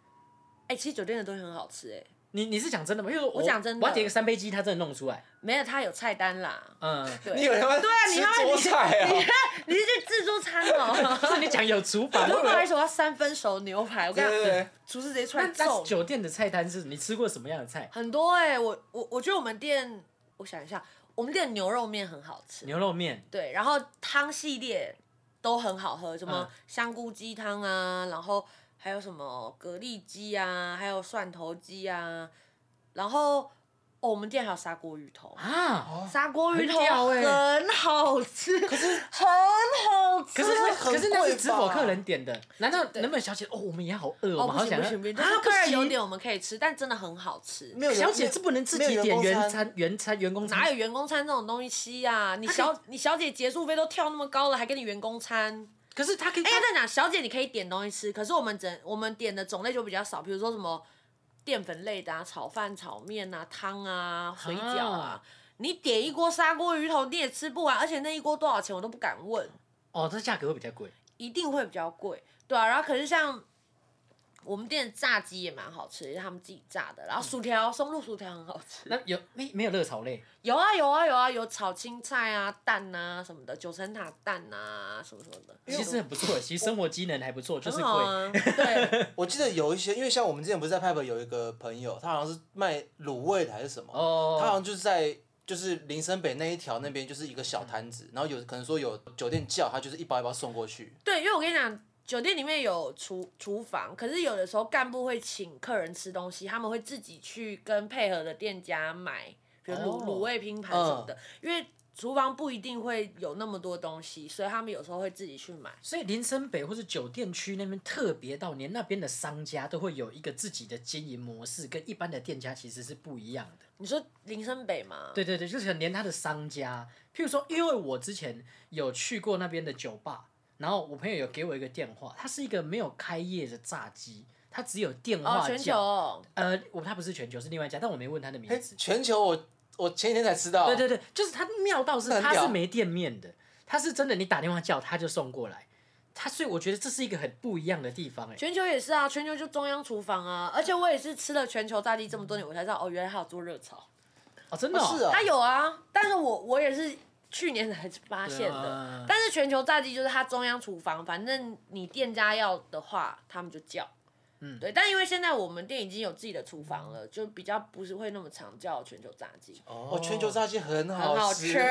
哎、其实酒店的东西很好吃哎、
你你是讲真的吗？因为我
我讲真的
我要点个三杯鸡，他真的弄 出来。
没有它有菜单啦，
嗯，
对，
你有人会
对啊，你
吃
还会
桌菜啊？
你是去自助餐 哦、
不是你讲有厨 房，
如果来说要三分熟牛排，我跟
对
你
对
讲，
对，
厨师直接出
那
来
那
揍你。
酒店的菜单是你吃过什么样的菜？
很多哎、我我我觉得我们店，我想一下，我们店牛肉面很好吃，
牛肉面，
对，然后汤系列都很好喝，什
嗯
么香菇鸡汤啊，然后还有什么蛤蜊鸡啊，还有蒜头鸡啊，然后、哦、我们店还有砂锅鱼头。
啊，
砂锅鱼头
很屌欸
很好吃，可是很好吃。
可是
那很
可是那
贵
是知否
吧
客人点的，难道
对
能不能小姐哦，我们也好饿，我们
哦，不
好
行
想
不
要
行不行，就
啊
是
不
客人有
行
点我们可以吃，但真的很好吃。
没有人
小姐
没有
这不能自
没有啊
己
员
点
工
原
餐
餐原餐员工餐，
哪有员工餐这种东西呀、你小你小姐结束费都跳那么高了，还给你员工餐？
可是他可以
哎、要再讲，小姐你可以点东西吃，可是我们整我们点的种类就比较少，比如说什么淀粉类的啊，炒饭、炒面啊、汤啊、水饺啊
啊。
你点一锅砂锅鱼头你也吃不完，而且那一锅多少钱我都不敢问，
哦，这价格会比较贵
一定会比较贵，对啊。然后可是像我们店的炸鸡也蛮好吃，也是他们自己炸的。然后薯条，松露薯条很好吃。
那有没没有热炒类？
有啊有啊有啊，有炒青菜啊、蛋啊什么的，九层塔蛋啊什么什么的。
其实很不错，其实生活机能还不错，就是
很
贵
好啊，对，
我记得有一些，因为像我们之前不是在 Pub 有一个朋友，他好像是卖卤味的还是什么，他
哦。
好像就是在就是林森北那一条那边就是一个小摊子，然后有可能说有酒店叫他就是一包一包送过去，
对，因为我跟你讲，酒店里面有厨厨房，可是有的时候干部会请客人吃东西，他们会自己去跟配合的店家买，比如
哦
卤卤味拼盘什么的，因为厨房不一定会有那么多东西，所以他们有时候会自己去买。
所以林森北或是酒店区那边特别到，连那边的商家都会有一个自己的经营模式，跟一般的店家其实是不一样的。
你说林森北吗？
对对对，就是连他的商家，譬如说，因为我之前有去过那边的酒吧，然后我朋友有给我一个电话，它是一个没有开业的炸鸡，它只有电
哦，
话
全球
叫。
哦、
呃，我它不是全球，是另外一家，但我没问他的名
嘿，
字。
哎全球我我前几天才知道，
嗯对对对，就是它妙到是
哦那很
它
屌
是没店面的，它是真的，你打电话叫他就送过来。它所以我觉得这是一个很不一样的地方哎、
全球也是啊，全球就中央厨房啊，而且我也是吃了全球炸鸡这么多年，我才知道哦，原来还有做热炒。
哦，真的、
哦，
哦
是啊
它，有啊，但是我我也是去年才发现
对
的。
啊
但是全球炸鸡就是它中央厨房，反正你店家要的话，他们就叫。
嗯
对，但因为现在我们店已经有自己的厨房了，就比较不是会那么常叫全球炸鸡，
哦，全球炸鸡很
很好
吃，
吃。
对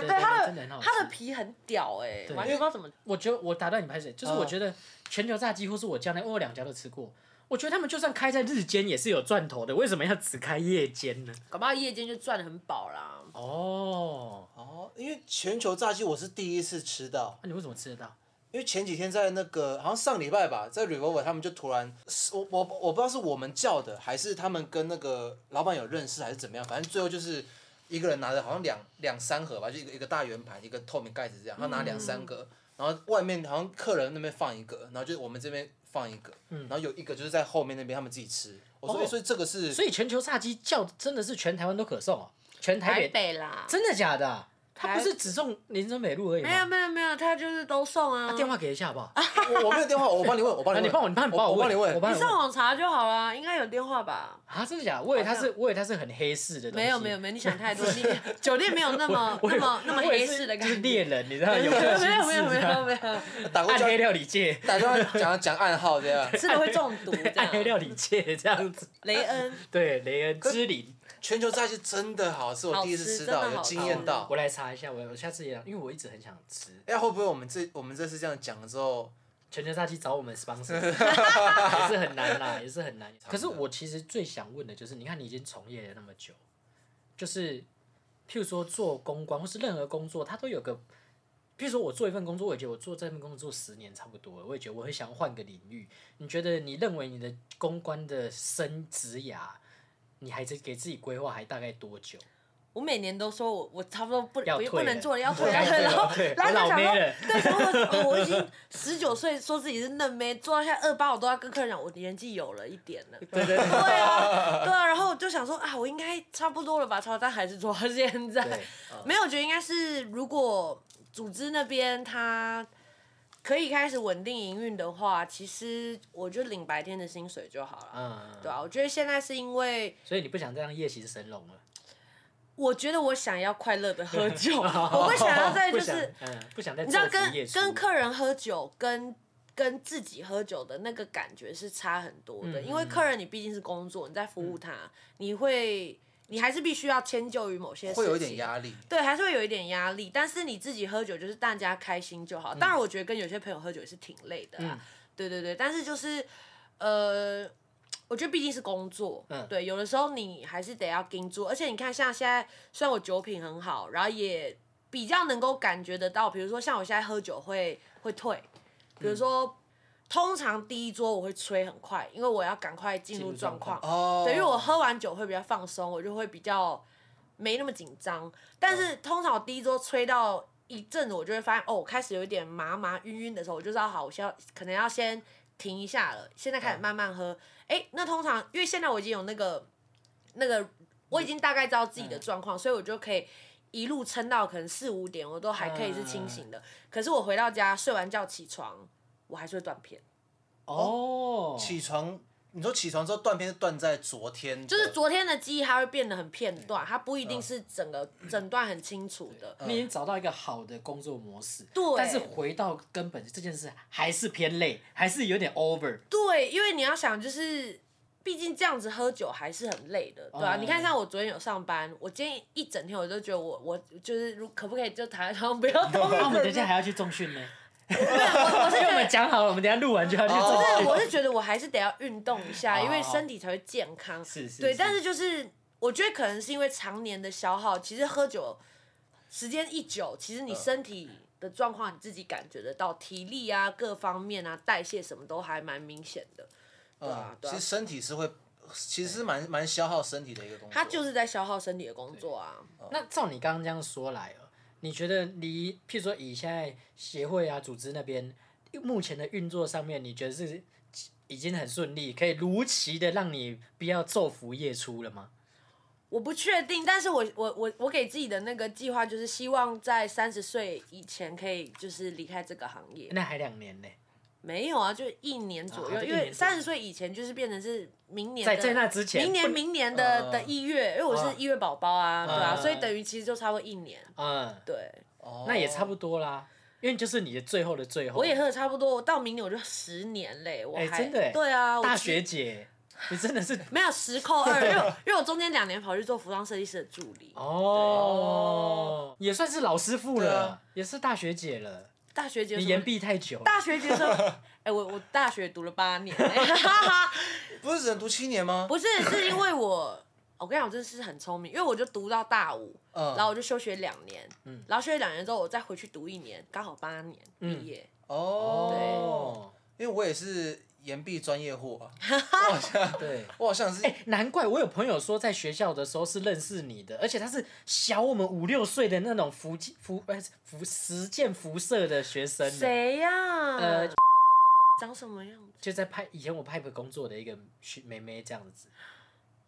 对，
对
它
真的很
的
好吃
它的皮很屌哎、
对
完全不知道怎么。
我觉得我打断你拍水，就是
嗯
我觉得全球炸鸡或是我将来我有两家都吃过，我觉得他们就算开在日间也是有赚头的，为什么要只开夜间呢？
搞不好夜间就赚的很饱啦。
哦，
哦，因为全球炸鸡我是第一次吃到，
那你为什么吃得到？
因为前几天在那个好像上礼拜吧，在 Revolver 他们就突然，是我我我不知道是我们叫的，还是他们跟那个老板有认识，还是怎么样，反正最后就是一个人拿着好像两两三盒吧，就一个一个大圆盘，一个透明盖子这样，他拿两三个，
嗯
然后外面好像客人那边放一个，然后就是我们这边放一个，然后有一个就是在后面那边他们自己吃。我说，
哦
哎、所以这个是
所以全球炸鸡叫真的是全台湾都可送哦、全台
台
北，
北啦，
真的假的啊？他
台
不是只送林森北路而已
没有
吗？
没有没有，他就是都送啊。
电话给一下好不好？
我我没有电话，我帮你问，我帮
啊
你问，
你帮我，你帮你帮
我帮
问，
你
我
问，
帮你
上
问。
网查就好啦，应该有电话吧？
啊，真的假的？我以为他
好
是，我以为他是很黑市的东西。
没有没有没有，你 想太多，你酒店没有那么
我以
那
为
么那么
我以为
黑
是
市的感
就是
觉。
猎人，你知道
没
有
有
没
没
有啊
有
心
没有没
思这样
有没有，
打过
暗
去
黑料理界，
打电话讲讲暗号这样。
吃了会中 毒这
暗黑
样。
哎料理界这样子。
雷恩，
对，雷恩
可
之灵，
全球炸鸡真的好吃，我第一
好吃
次吃
真的
到，有
好
惊
吃
艳到。
我来查一下，我我下次也要，因为我一直很想吃。
哎，会不会我们这我们这次这样讲了之后，
全球炸鸡找我们 sponsor 也是很难啦，也是很难。可是我其实最想问的就是，你看你已经从业了那么久，就是譬如说做公关或是任何工作，它都有个，譬如说我做一份工作，我也觉得我做这份工作做十年差不多了，我也觉得我很想换个领域。你觉得你认为你的公关的生职涯，你还是给自己规划还大概多久？
我每年都说我我差不多不
要
不
退
不能做了，要退
我该退
然后
对我
然后就
老
想
妹
说
了，
对，什么我我已经十九岁，说自己是嫩妹，做到现在二八，我都要跟客人讲我年纪有了一点了。对
对
对啊，对啊，然后我就想说啊，我应该差不多了吧，差不多但还是做到现在。
对，
没有，我觉得应该是如果组织那边他可以开始稳定营运的话，其实我就领白天的薪水就好了。
嗯，
对啊，我觉得现在是因为
所以你不想再让夜行神龙了，
我觉得我想要快乐的喝 酒，我会想要在就
不想
是，
嗯，不想再
你知道
昼伏
跟
夜出
跟客人喝酒跟。跟自己喝酒的那个感觉是差很多的，
嗯
因为客人你毕竟是工作，你在服务他，
嗯
你会你还是必须要迁就于某些事情，
会有一点压力？
对，还是会有一点压力，但是你自己喝酒就是大家开心就好。当然，我觉得跟有些朋友喝酒也是挺累的啦。
嗯
对对对，但是就是呃，我觉得毕竟是工作，
嗯
对，有的时候你还是得要盯住。而且你看，像现在虽然我酒品很好，然后也比较能够感觉得到，比如说像我现在喝酒会会退，比如
嗯
说、通常第一桌我会吹很快，因为我要赶快进
进
入
入状
状况。
哦，
对，因为我喝完酒会比较放松，我就会比较没那么紧张。但是通常我第一桌吹到一阵子，我就会发现哦，我开始有一点麻麻晕晕的时候，我就知道好，我先要可能要先停一下了，现在开始慢慢喝。哎、那通常因为现在我已经有那个那个，我已经大概知道自己的状况，所以我就可以。一路撑到可能四五点，我都还可以是清醒的。可是我回到家睡完觉起床，我还是会断片，
哦，
嗯
起床，你说起床之后断片是断在昨天的，
就是昨天的记忆它会变得很片段，它不一定
嗯
是整个整段很清楚的。
你已经找到一个好的工作模式，
对
但是回到根本这件事还是偏累，还是有点 over。
对，因为你要想，就是毕竟这样子喝酒还是很累的，对啊。
嗯
你看，像我昨天有上班，我今天一整天我都觉得我我就是如可不可以就躺在床上不要 动？
哦啊那我们等一下还要去重训 呢，
我是
因为我们
觉得。哦
讲好了，我们等一下录完就要去重
对，啊
训。
我是觉得我还是得要运动一下，
哦
因为身体才会健康。
是是
对，
是
但是就是我觉得可能是因为常年的消耗，其实喝酒时间一久，其实
嗯
你身体的状况你自己感觉得到，体力啊各方面啊代谢什么都还蛮明显的。对啊
嗯，，
对
其
啊
实，身体是会，其实是蛮蛮消耗身体的一个工作。
他就是在消耗身体的工作啊。
那照你刚刚这样说来哦，你觉得离譬如说以现在协会啊组织那边目前的运作上面，你觉得是已经很顺利，可以如期的让你不要昼伏夜出了吗？
我不确定，但是我我我我给自己的那个计划就是希望在三十岁以前可以就是离开这个行业。
那还两年呢，
没有啊，就一年左右，
啊就一年
因为
左右
三十岁以前就是变成是明年的
在在那之前
明
不
年明年的、
呃
的一月，因为我
啊
是一月宝宝啊，对啊，
啊
所以等于其实就差不多一年。
嗯，
对，
哦
那也差不多啦，因为就是你的最后的最后。
我也喝的差不多，我到明年我就十年嘞，我
哦哎
还、
真的哎
对啊，我
大
其
学姐，你真的是
没有十扣 二，因为我因为我中间两年跑去做服装设计师的助理，
哦，也算是老师傅
对
了，
啊
也是大学姐了。
大学结
你
束
延毕太久了，
大学结 束，哎、我我大学读了八年、 哈。
不是只能读七年吗？
不是，是因为我，我跟你讲，我真的是很聪明，因为我就读到大五，
嗯
然后我就休学两年，
嗯
然后休学两年之后，我再回去读一年，刚好八年
嗯
毕业。
哦，
哦，
因为我也是岩壁专业户 啊，
对。
我好像是
哎、难怪我有朋友说，在学校的时候是认识你的，而且他是小我们五六岁的那种福福哎福实践辐射的学生呢，
谁呀、
呃
长什么样子？
就在派以前我派 i 工作的一个学妹妹这样子。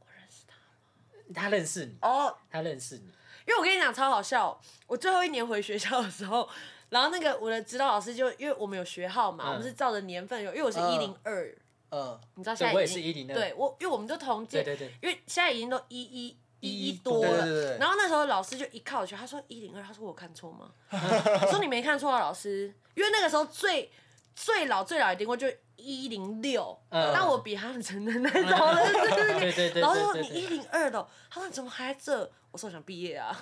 我认识他认识你，
哦，
他认识你，
因为我跟你讲超好笑，我最后一年回学校的时候，然后那个我的指导老师就因为我们有学号嘛，
嗯
我们是照着年份有，因为我是
嗯
一零二，
嗯，
你知道现
对
在
我也
已
是
经
一零的，
对我，因为我们都同届，
对对对，
因为现在已经都一一
一
一一
一
多
对对
多
了。
对对，
然后那时候老师就一靠我去，他说一零二，他说我看错吗？ 我说你没看错啊，老师，因为那个时候最最老最老一定过就一零六，
嗯
但我比他们真的太 早了，对对
对对对
然后
对
说
对
你一零二的哦，他说你怎么还在这？我说我想毕业 啊。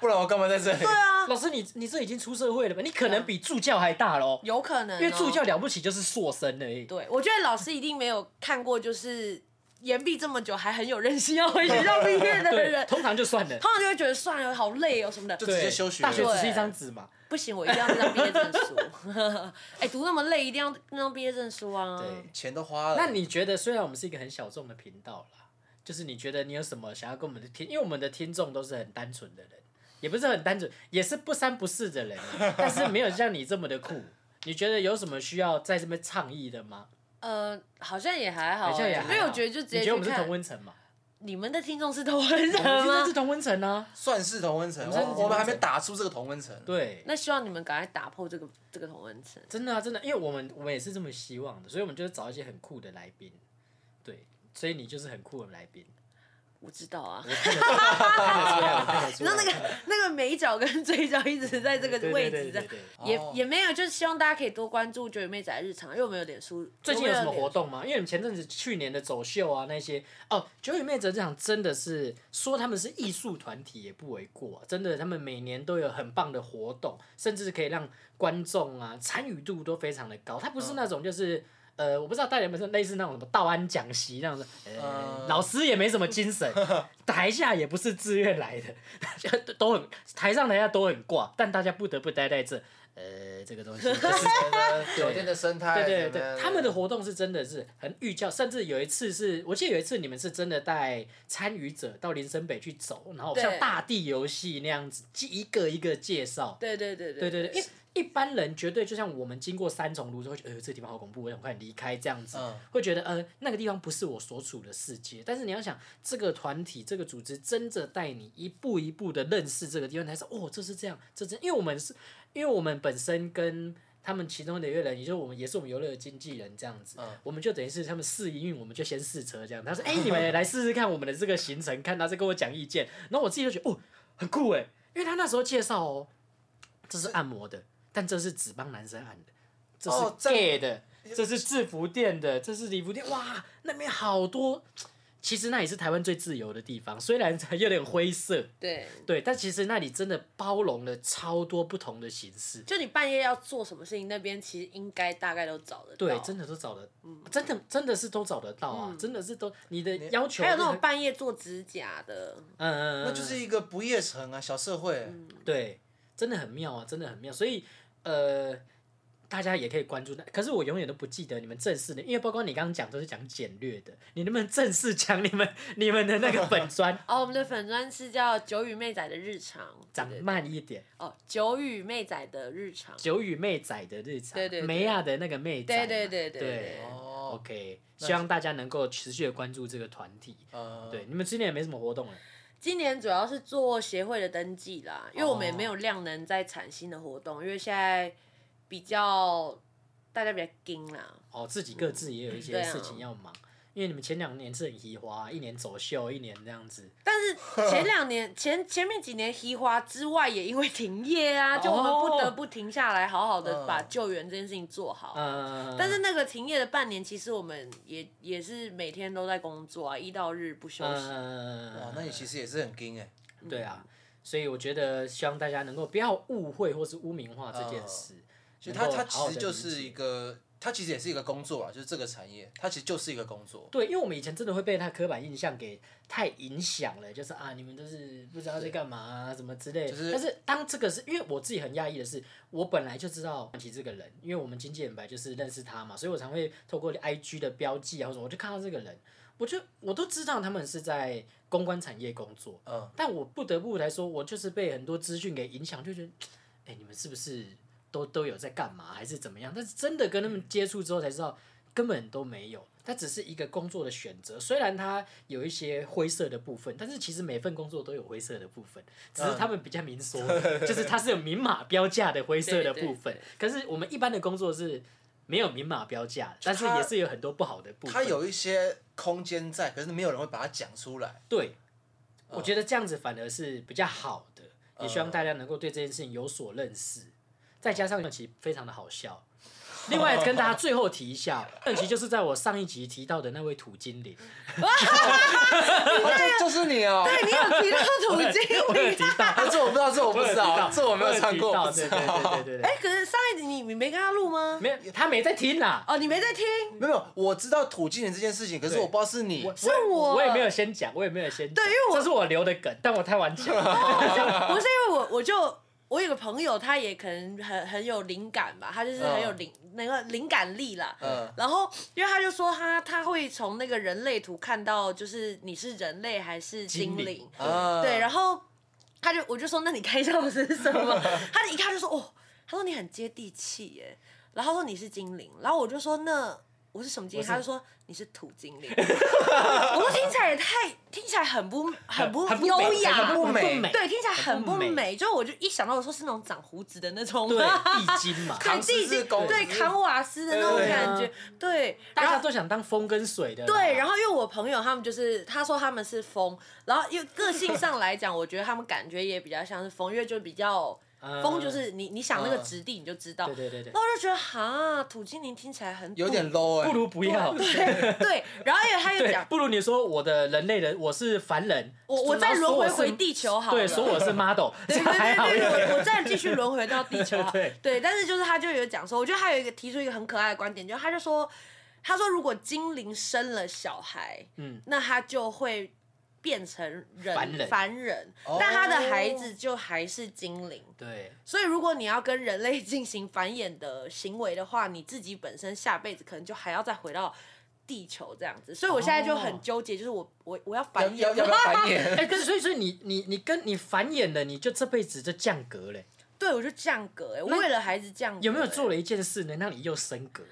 不然我干嘛在这里？
对啊，
老师你你这已经出社会了吧？你可能比助教还大喽，
有可能、哦
因为助教，了不起就是硕生而已。
嗯对我觉得老师一定没有看过，就是延毕这么久还很有韧性要回学校毕业 的
对，
人，
通常就算了，
通常就会觉得算了，好累哦什么的
就。
对
直接休学
大学只是
对
一张纸嘛。
不行，我一定要这张毕业证书。 哎、读那么累，一定要那张毕业证书啊。
对，
钱都花了。
那你觉得，虽然我们是一个很小众的频道啦，就是你觉得你有什么想要跟我们的听？因为我们的听众都是很单纯的人，也不是很单纯，也是不三不四的人，啊但是没有像你这么的酷。你觉得有什么需要在这边倡议的吗？
呃，好像也还好、
好像也还
因
好
为我觉得就直接
你觉得我们
去
是同
看。
温层嘛？
你们的听众是同温
我
层
们现在
吗
是？同温层啊，
算是同温层，
我们算是
我我
同
们
温
还
层
没打出这个同温层。
对，
那希望你们赶快打破这个这个同温层。
真的啊，真的，因为我们我们也是这么希望的，所以我们就是找一些很酷的来宾，对，所以你就是很酷的来宾。
我知道啊，
你
你知道那个那个眉角跟嘴角一直在这个位置在
对对对对对
也
哦
也没有，就是希望大家可以多关注九姐妹仔日常，因为我们有点书。
最近有什么活
动？
动吗？因为你们前阵子去年的走秀啊那些哦，九尾妹哲这场真的是说他们是艺术团体也不为过、啊真的他们每年都有很棒的活动，甚至可以让观众啊参与度都非常的高。它不是那种就是。呃，我不知道大家有没有类似那种什么道安讲席那样子，呃
嗯
老师也没什么精 神，台下也不是自愿来的，大家都很台上台下都很挂，但大家不得不待在这，呃，这个东西就是
酒店的生态，
对对
怎么样
对，他们的活动是真的是很寓教，甚至有一次是我记得有一次你们是真的带参与者到林森北去走，然后
对
像大地游戏那样子，一个一个介绍。
对对对
对对
对
对，因为一般人绝对就像我们经过三重路之后，就觉得呃这地方好恐怖，我想快点离开这样子，
嗯
会觉得呃那个地方不是我所处的世界。但是你要想，这个团体、这个组织真的带你一步一步的认识这个地方，你才说哦这是这样，这是因为我们是，因为我们本身跟。他们其中的一个人，也就是我们，也是我们游乐的经纪人这样子，
嗯
我们就等于是他们试营运，我们就先试车这样。他说：“哎、你们也来试试看我们的这个行程，看他在跟我讲意见。”然后我自己就觉得哦，很酷哎，因为他那时候介绍哦，这是按摩的，但这是只帮男生按的，这
哦
是
这样
gay 的，这是制服店的，这是礼服店，哇，那边好多。其实那也是台湾最自由的地方，虽然 有点灰色，
对，
对，但其实那里真的包容了超多不同的形式。
就你半夜要做什么事情，那边其实应该大概都找得到。嗯
对，真的都找得，真的真的是都找得到啊，真的是都你的要求
还有那种
很
半夜做指甲的，？
嗯嗯，嗯
那就是一个不夜城啊，小社会。
对，真的很妙啊，真的很妙。所以呃，大家也可以关注。可是我永远都不记得你们正式的，因为包括你刚刚讲都是讲简略的，你能不能正式讲你们 你们的那个粉砖
哦，我们的粉砖是叫九羽妹仔的日常，
讲
对对
慢一点，
哦，九羽妹仔的日常，
九羽妹仔的日常，
对对对
梅亚的那个妹仔嘛，啊
对对对对
对
对
哦，
OK，
那
希望大家能够持续的关注这个团体。
呃，
嗯
对，你们今年也没什么活动了，啊
今年主要是做协会的登记啦，因为我们也没有量能在产新的活动，因为现在比较大家比较紧 啦，
哦，自己各自也有一
嗯
对
些
啊
事情要忙，因为你们前两年是很移花，一年走秀，一年这样子，
但是前两年前前面几年黑花之外，也因为停业啊，就我们
哦
不得不停下来，好好的
嗯
把救援这件事情做好。
嗯，
但是那个停业的半年，其实我们也也是每天都在工作啊，一到日不休息。
嗯，
哇，那你其实也是很硬哎。
对啊，所以我觉得希望大家能够不要误会或是污名化这
嗯
件事。
其实
能
它
够
它
好好
其
地
实就是
理
一
解
个，它其实也是一个工作啊，就是这个产业，它其实就是一个工作。
对，因为我们以前真的会被他刻板印象给太影响了，就是啊，你们都是不知道在干嘛啊，什么之类的。
就是
但是当这个是因为我自己很讶异的是，我本来就知道安琪这个人，因为我们经纪人本来就是认识他嘛，所以我常会透过 IG 的标记啊或者什么，我就看到这个人，我就我都知道他们是在公关产业工作，
嗯，
但我不得不来说，我就是被很多资讯给影响，就觉得，哎、你们是不是都都有在干嘛，还是怎么样？但是真的跟他们接触之后才知道，根本都没有，它只是一个工作的选择。虽然它有一些灰色的部分，但是其实每份工作都有灰色的部分，只是他们比较明说，就是它是有明码标价的灰色的部分。可是我们一般的工作是没有明码标价，但是也是有很多不好的部分。
它
有一些空间在，可是没有人会把它讲出来。
对，
嗯
我觉得这样子反而是比较好的，也希望大家能够对这件事情有所认识。再加上其实非常的好 笑。另外跟大家最后提一下，邓奇就是在我上一集提到的那位土精灵，
哦就就是你哦，
对哎你有提到土精
我有
灵
提。到，
啊这我不知道，这我不知道，这我没有看过，
我
不
有提
知
到对对
道。
对 对对
哎、
对，
可是上一集你你没跟他录吗？
没有，他没在听啦。
哦，你没在听，
没有，我知道土精人这件事情，可是
对
我不知道是你。
是我
我也没有先讲，我也没有先讲，
对因为我哦
这是我留的梗，但我太晚讲了。 啊
不是因为我我就。我有个朋友，他也可能很很有灵感吧，他
啊
就是很有灵、那个灵感力啦。
嗯，
然后，因为他就说他他会从那个人类图看到，就是你是人类还是精
精
灵
灵，
啊，
嗯
对，然
后
后他就我就说，那你看一下我是什么？ 他一看就说，哦，他说你很接地气耶，然后他说你是精灵，然后我就说那我是什么精灵？他就说你是土精灵。 我说听起来也太听起来很不很不
很不
优
美
雅，
很
不美
美，
对，听起来很不
很不
美。就我就一想到我说是那种长胡子的那种，
对，易经嘛，
对，
斯
地
是
精
公
对
子
扛瓦斯的那种
对
感
啊
觉，对，
大
然
家
后
都想当风跟水的啦。啊
对，然后因为我朋友他们就是，他说他们是风，然后因为个性上来讲，我觉得他们感觉也比较像是风，因为就比较
嗯
风就是你你想那个
嗯
质地你就知道
对。对对对
那，我就觉得哈，土精灵听起来很
有
土
点 low 哎、
不如不要。
对对，然后因为他又
对
讲，
不如你说我的人类人，我是凡人，
我我
然后
再轮
说我
回
是
回地球好了，
对，说我是 model，
对
这
对
样还好一
对
点。
对，我我再继续轮回到地球好
对
对，但是就是他就有讲说，我觉得他有一个提出一个很可爱的观点，就是他就说，他说如果精灵生了小孩，
嗯，
那他就会变成人
凡人
人
哦
但他的孩子就还是精灵。
对，
所以，如果你要跟人类进行繁衍的行为的话，你自己本身下辈子可能就还要再回到地球这样子。所以我现在就很纠结，就是我我我要繁
哦要要
衍
要不要繁衍？
哎，但是所以所以你你你跟你繁衍了，你就这辈子就降格嘞。
对我就降格哎、欸，
那
为了孩子降格、
有没有做
欸？
了一件事能让你又升格？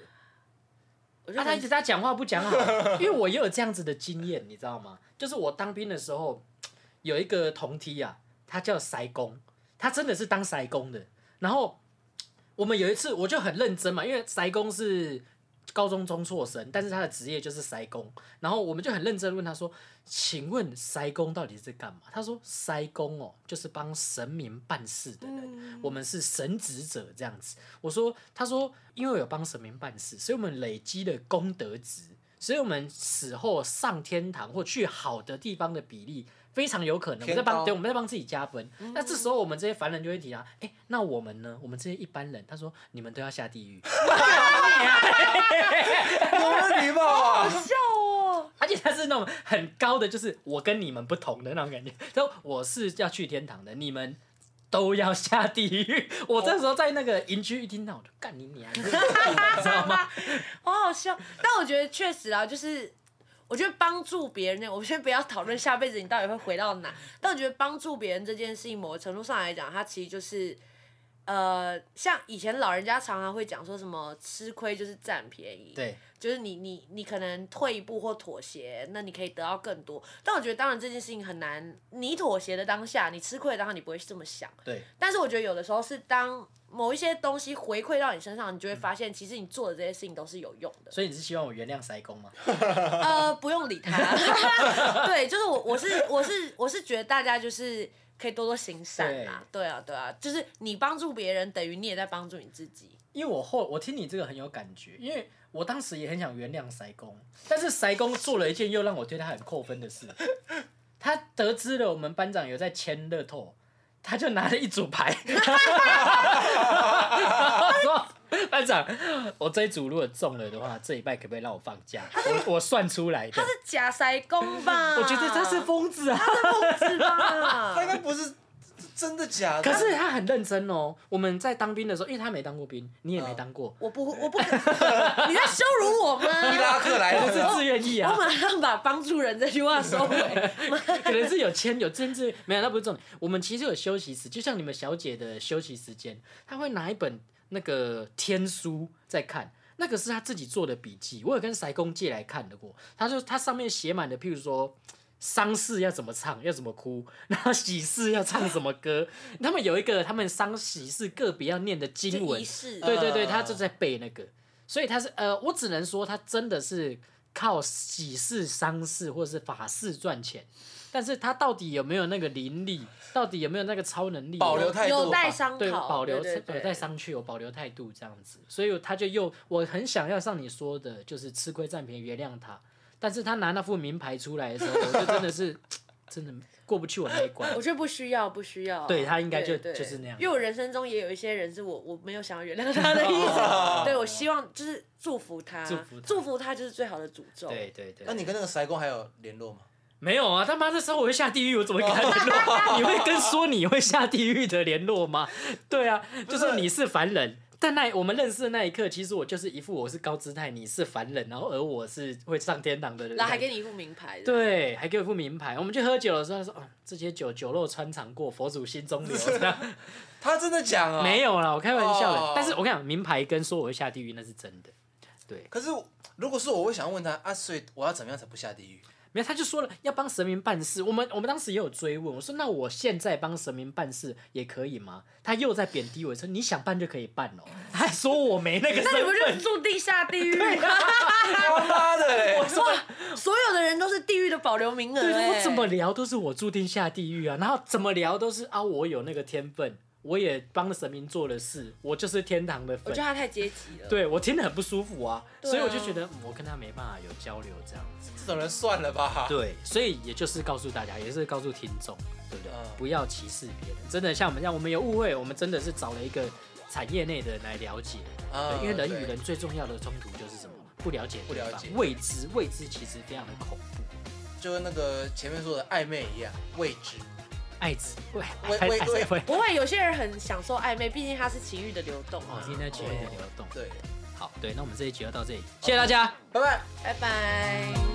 我就
啊，他一
很
直他讲话不 讲好，因为我也有这样子的经验，你知道吗？就是我当兵的时候，有一个同梯啊，他叫塞工，他真的是当塞工的。然后我们有一次，我就很认真嘛，因为塞工是高中中辍生，但是他的职业就是塞工。然后我们就很认真地问他说：“请问塞工到底是干嘛？”他说：“塞工哦，就是帮神明办事的人，我们是神职者这样子。”我说：“他说，因为有帮神明办事，所以我们累积了功德值，所以我们死后上天堂或去好的地方的比例。”非常有可能，我们在
偏高
帮对，我们在帮自己加分。那这时候我们这些凡人就会提啊，哎、那我们呢？我们这些一般人，他说你们都要下地狱。
有没有礼貌啊？
笑哦，
而且他是那种很高的，就是我跟你们不同的那种感觉。他说我是要去天堂的，你们都要下地狱。我这时候在那个营区一听到，我就干你娘，你这个地狱你知道吗？
好好笑。但我觉得确实啊，就是我觉得帮助别人，我们先不要讨论下辈子你到底会回到哪。但我觉得帮助别人这件事情，某个程度上来讲，它其实就是，呃，像以前老人家常常会讲说什么吃亏就是占便宜，，
对，
就是你你你可能退一步或妥协，那你可以得到更多。但我觉得当然这件事情很难，你妥协的当下，你吃亏的当下，你不会这么想。
对，
但是我觉得有的时候是当某一些东西回馈到你身上，你就会发现，其实你做的这些事情都是有用 的。
所以你是希望我原谅塞工吗？
呃，不用理他。 对，就是我，我是我是我是觉得大家就是可以多多行善啦。对啊，对啊，就是你帮助别人，等于你也在帮助你自己。
因为我后我听你这个很有感觉，因为我当时也很想原谅塞工，但是塞工做了一件又让我对他很扣分的事。他得知了我们班长有在签乐透，他就拿了一组 牌，他说：“班长，我这一组如果中了的话，这一拜可不可以让我放假？我我算出来的
他，是假塞工吧？
我觉得他是疯子啊。”
是吧
他？应该不是真的假的。
可是他很认真哦。我们在当兵的时候，因为他没当过兵，你也没当过，
我不，我不， 你在羞辱我
伊
吗？
拉克来
我
的
们是自愿意啊
我。马上把帮助人这句话收回。
可能是有签有政治，没有，那不是重点。我们其实有休息时，就像你们小姐的休息时间，她会拿一本那个天书在看，那个是他自己做的笔记，我有跟塞工借来看的过。他就他上面写满的，譬如说丧事要怎么唱，要怎么哭，然后喜事要唱什么歌。他们有一个他们丧喜事个别要念的经
就
文
仪，式，
对对对，
嗯
他就在背那个，所以他是呃，我只能说他真的是靠喜事、丧事或者是法事赚钱，但是他到底有没有那个灵力，到底有没有那个超能力，
保留
我
态度吧
有待商
对，
讨，
保留
对对
有
对
待商榷，有保留态度这样子，所以他就又我很想要像你说的，就是吃亏占便宜原谅他，但是他拿那副名牌出来的时候，我就真的是 真的过不去我那一关
我。觉得不需要，不需要。
对他应该就
对对
就是那样
因为我人生中也有一些人是我我没有想要原谅他的 意思，对我希望就是祝福他，
祝福他
他就是最好的诅咒。
对对对，
那你跟那个塞工还有联络吗？
没有啊？他妈的时候我会下地狱，我怎么跟他联络？你会跟说你会下地狱的联络吗？对啊，就是你是凡人。但那我们认识的那一刻，其实我就是一副我是高姿态，你是凡人，然后而我是会上天堂的人，
然后还给你一副名牌，，
对，还给我一副名牌。我们去喝酒的时候，他说：“啊，这些酒酒肉穿肠过，佛祖心中留。”这样
他真的讲啊？
没有啦，我开玩笑的。
哦
但是我跟你讲，名牌跟说我会下地狱那是真的。
可是如果是我，我会想要问他啊，所以我要怎么样才不下地 狱？
没有，他就说了要帮神明办事。我们我们当时也有追问，我说那我现在帮神明办事也可以吗？他又在贬低我说你想办就可以办哦， 他还说我没那个身
那你不
份啊
就。注定下地狱？
他妈的嘞！
哇， 所有的人都是地狱的保留名额、
对，
哎
我怎么聊都是我注定下地狱啊，然后怎么聊都是啊，我有那个天分，我也帮神明做了事，我就是天堂的
我
粉
觉得。他太阶级了。
对我听得很不舒服啊，
对啊
所以我就觉得嗯我跟他没办法有交流这样子。
这种人算了吧。
对，所以也就是告诉大家，也是告诉听众，对不对？
嗯
不要歧视别人，真的像我们这样，我们有误会，我们真的是找了一个产业内的人来了解，
啊
对，因为人
对
与人最重要的冲突就是什么？不了解
不
对
了
方
解
未知，未知其实非常的恐怖。
就跟那个前面说的暧昧一样，未知。
爱子，喂
喂
还
喂
还
喂
喂，
不会，有些人很享受暧昧，毕竟它是情欲的流动
哦
啊，。
今天情绪的流动。
对，
好，对，那我们这一集就到这里，谢谢大家。
拜拜。
拜拜。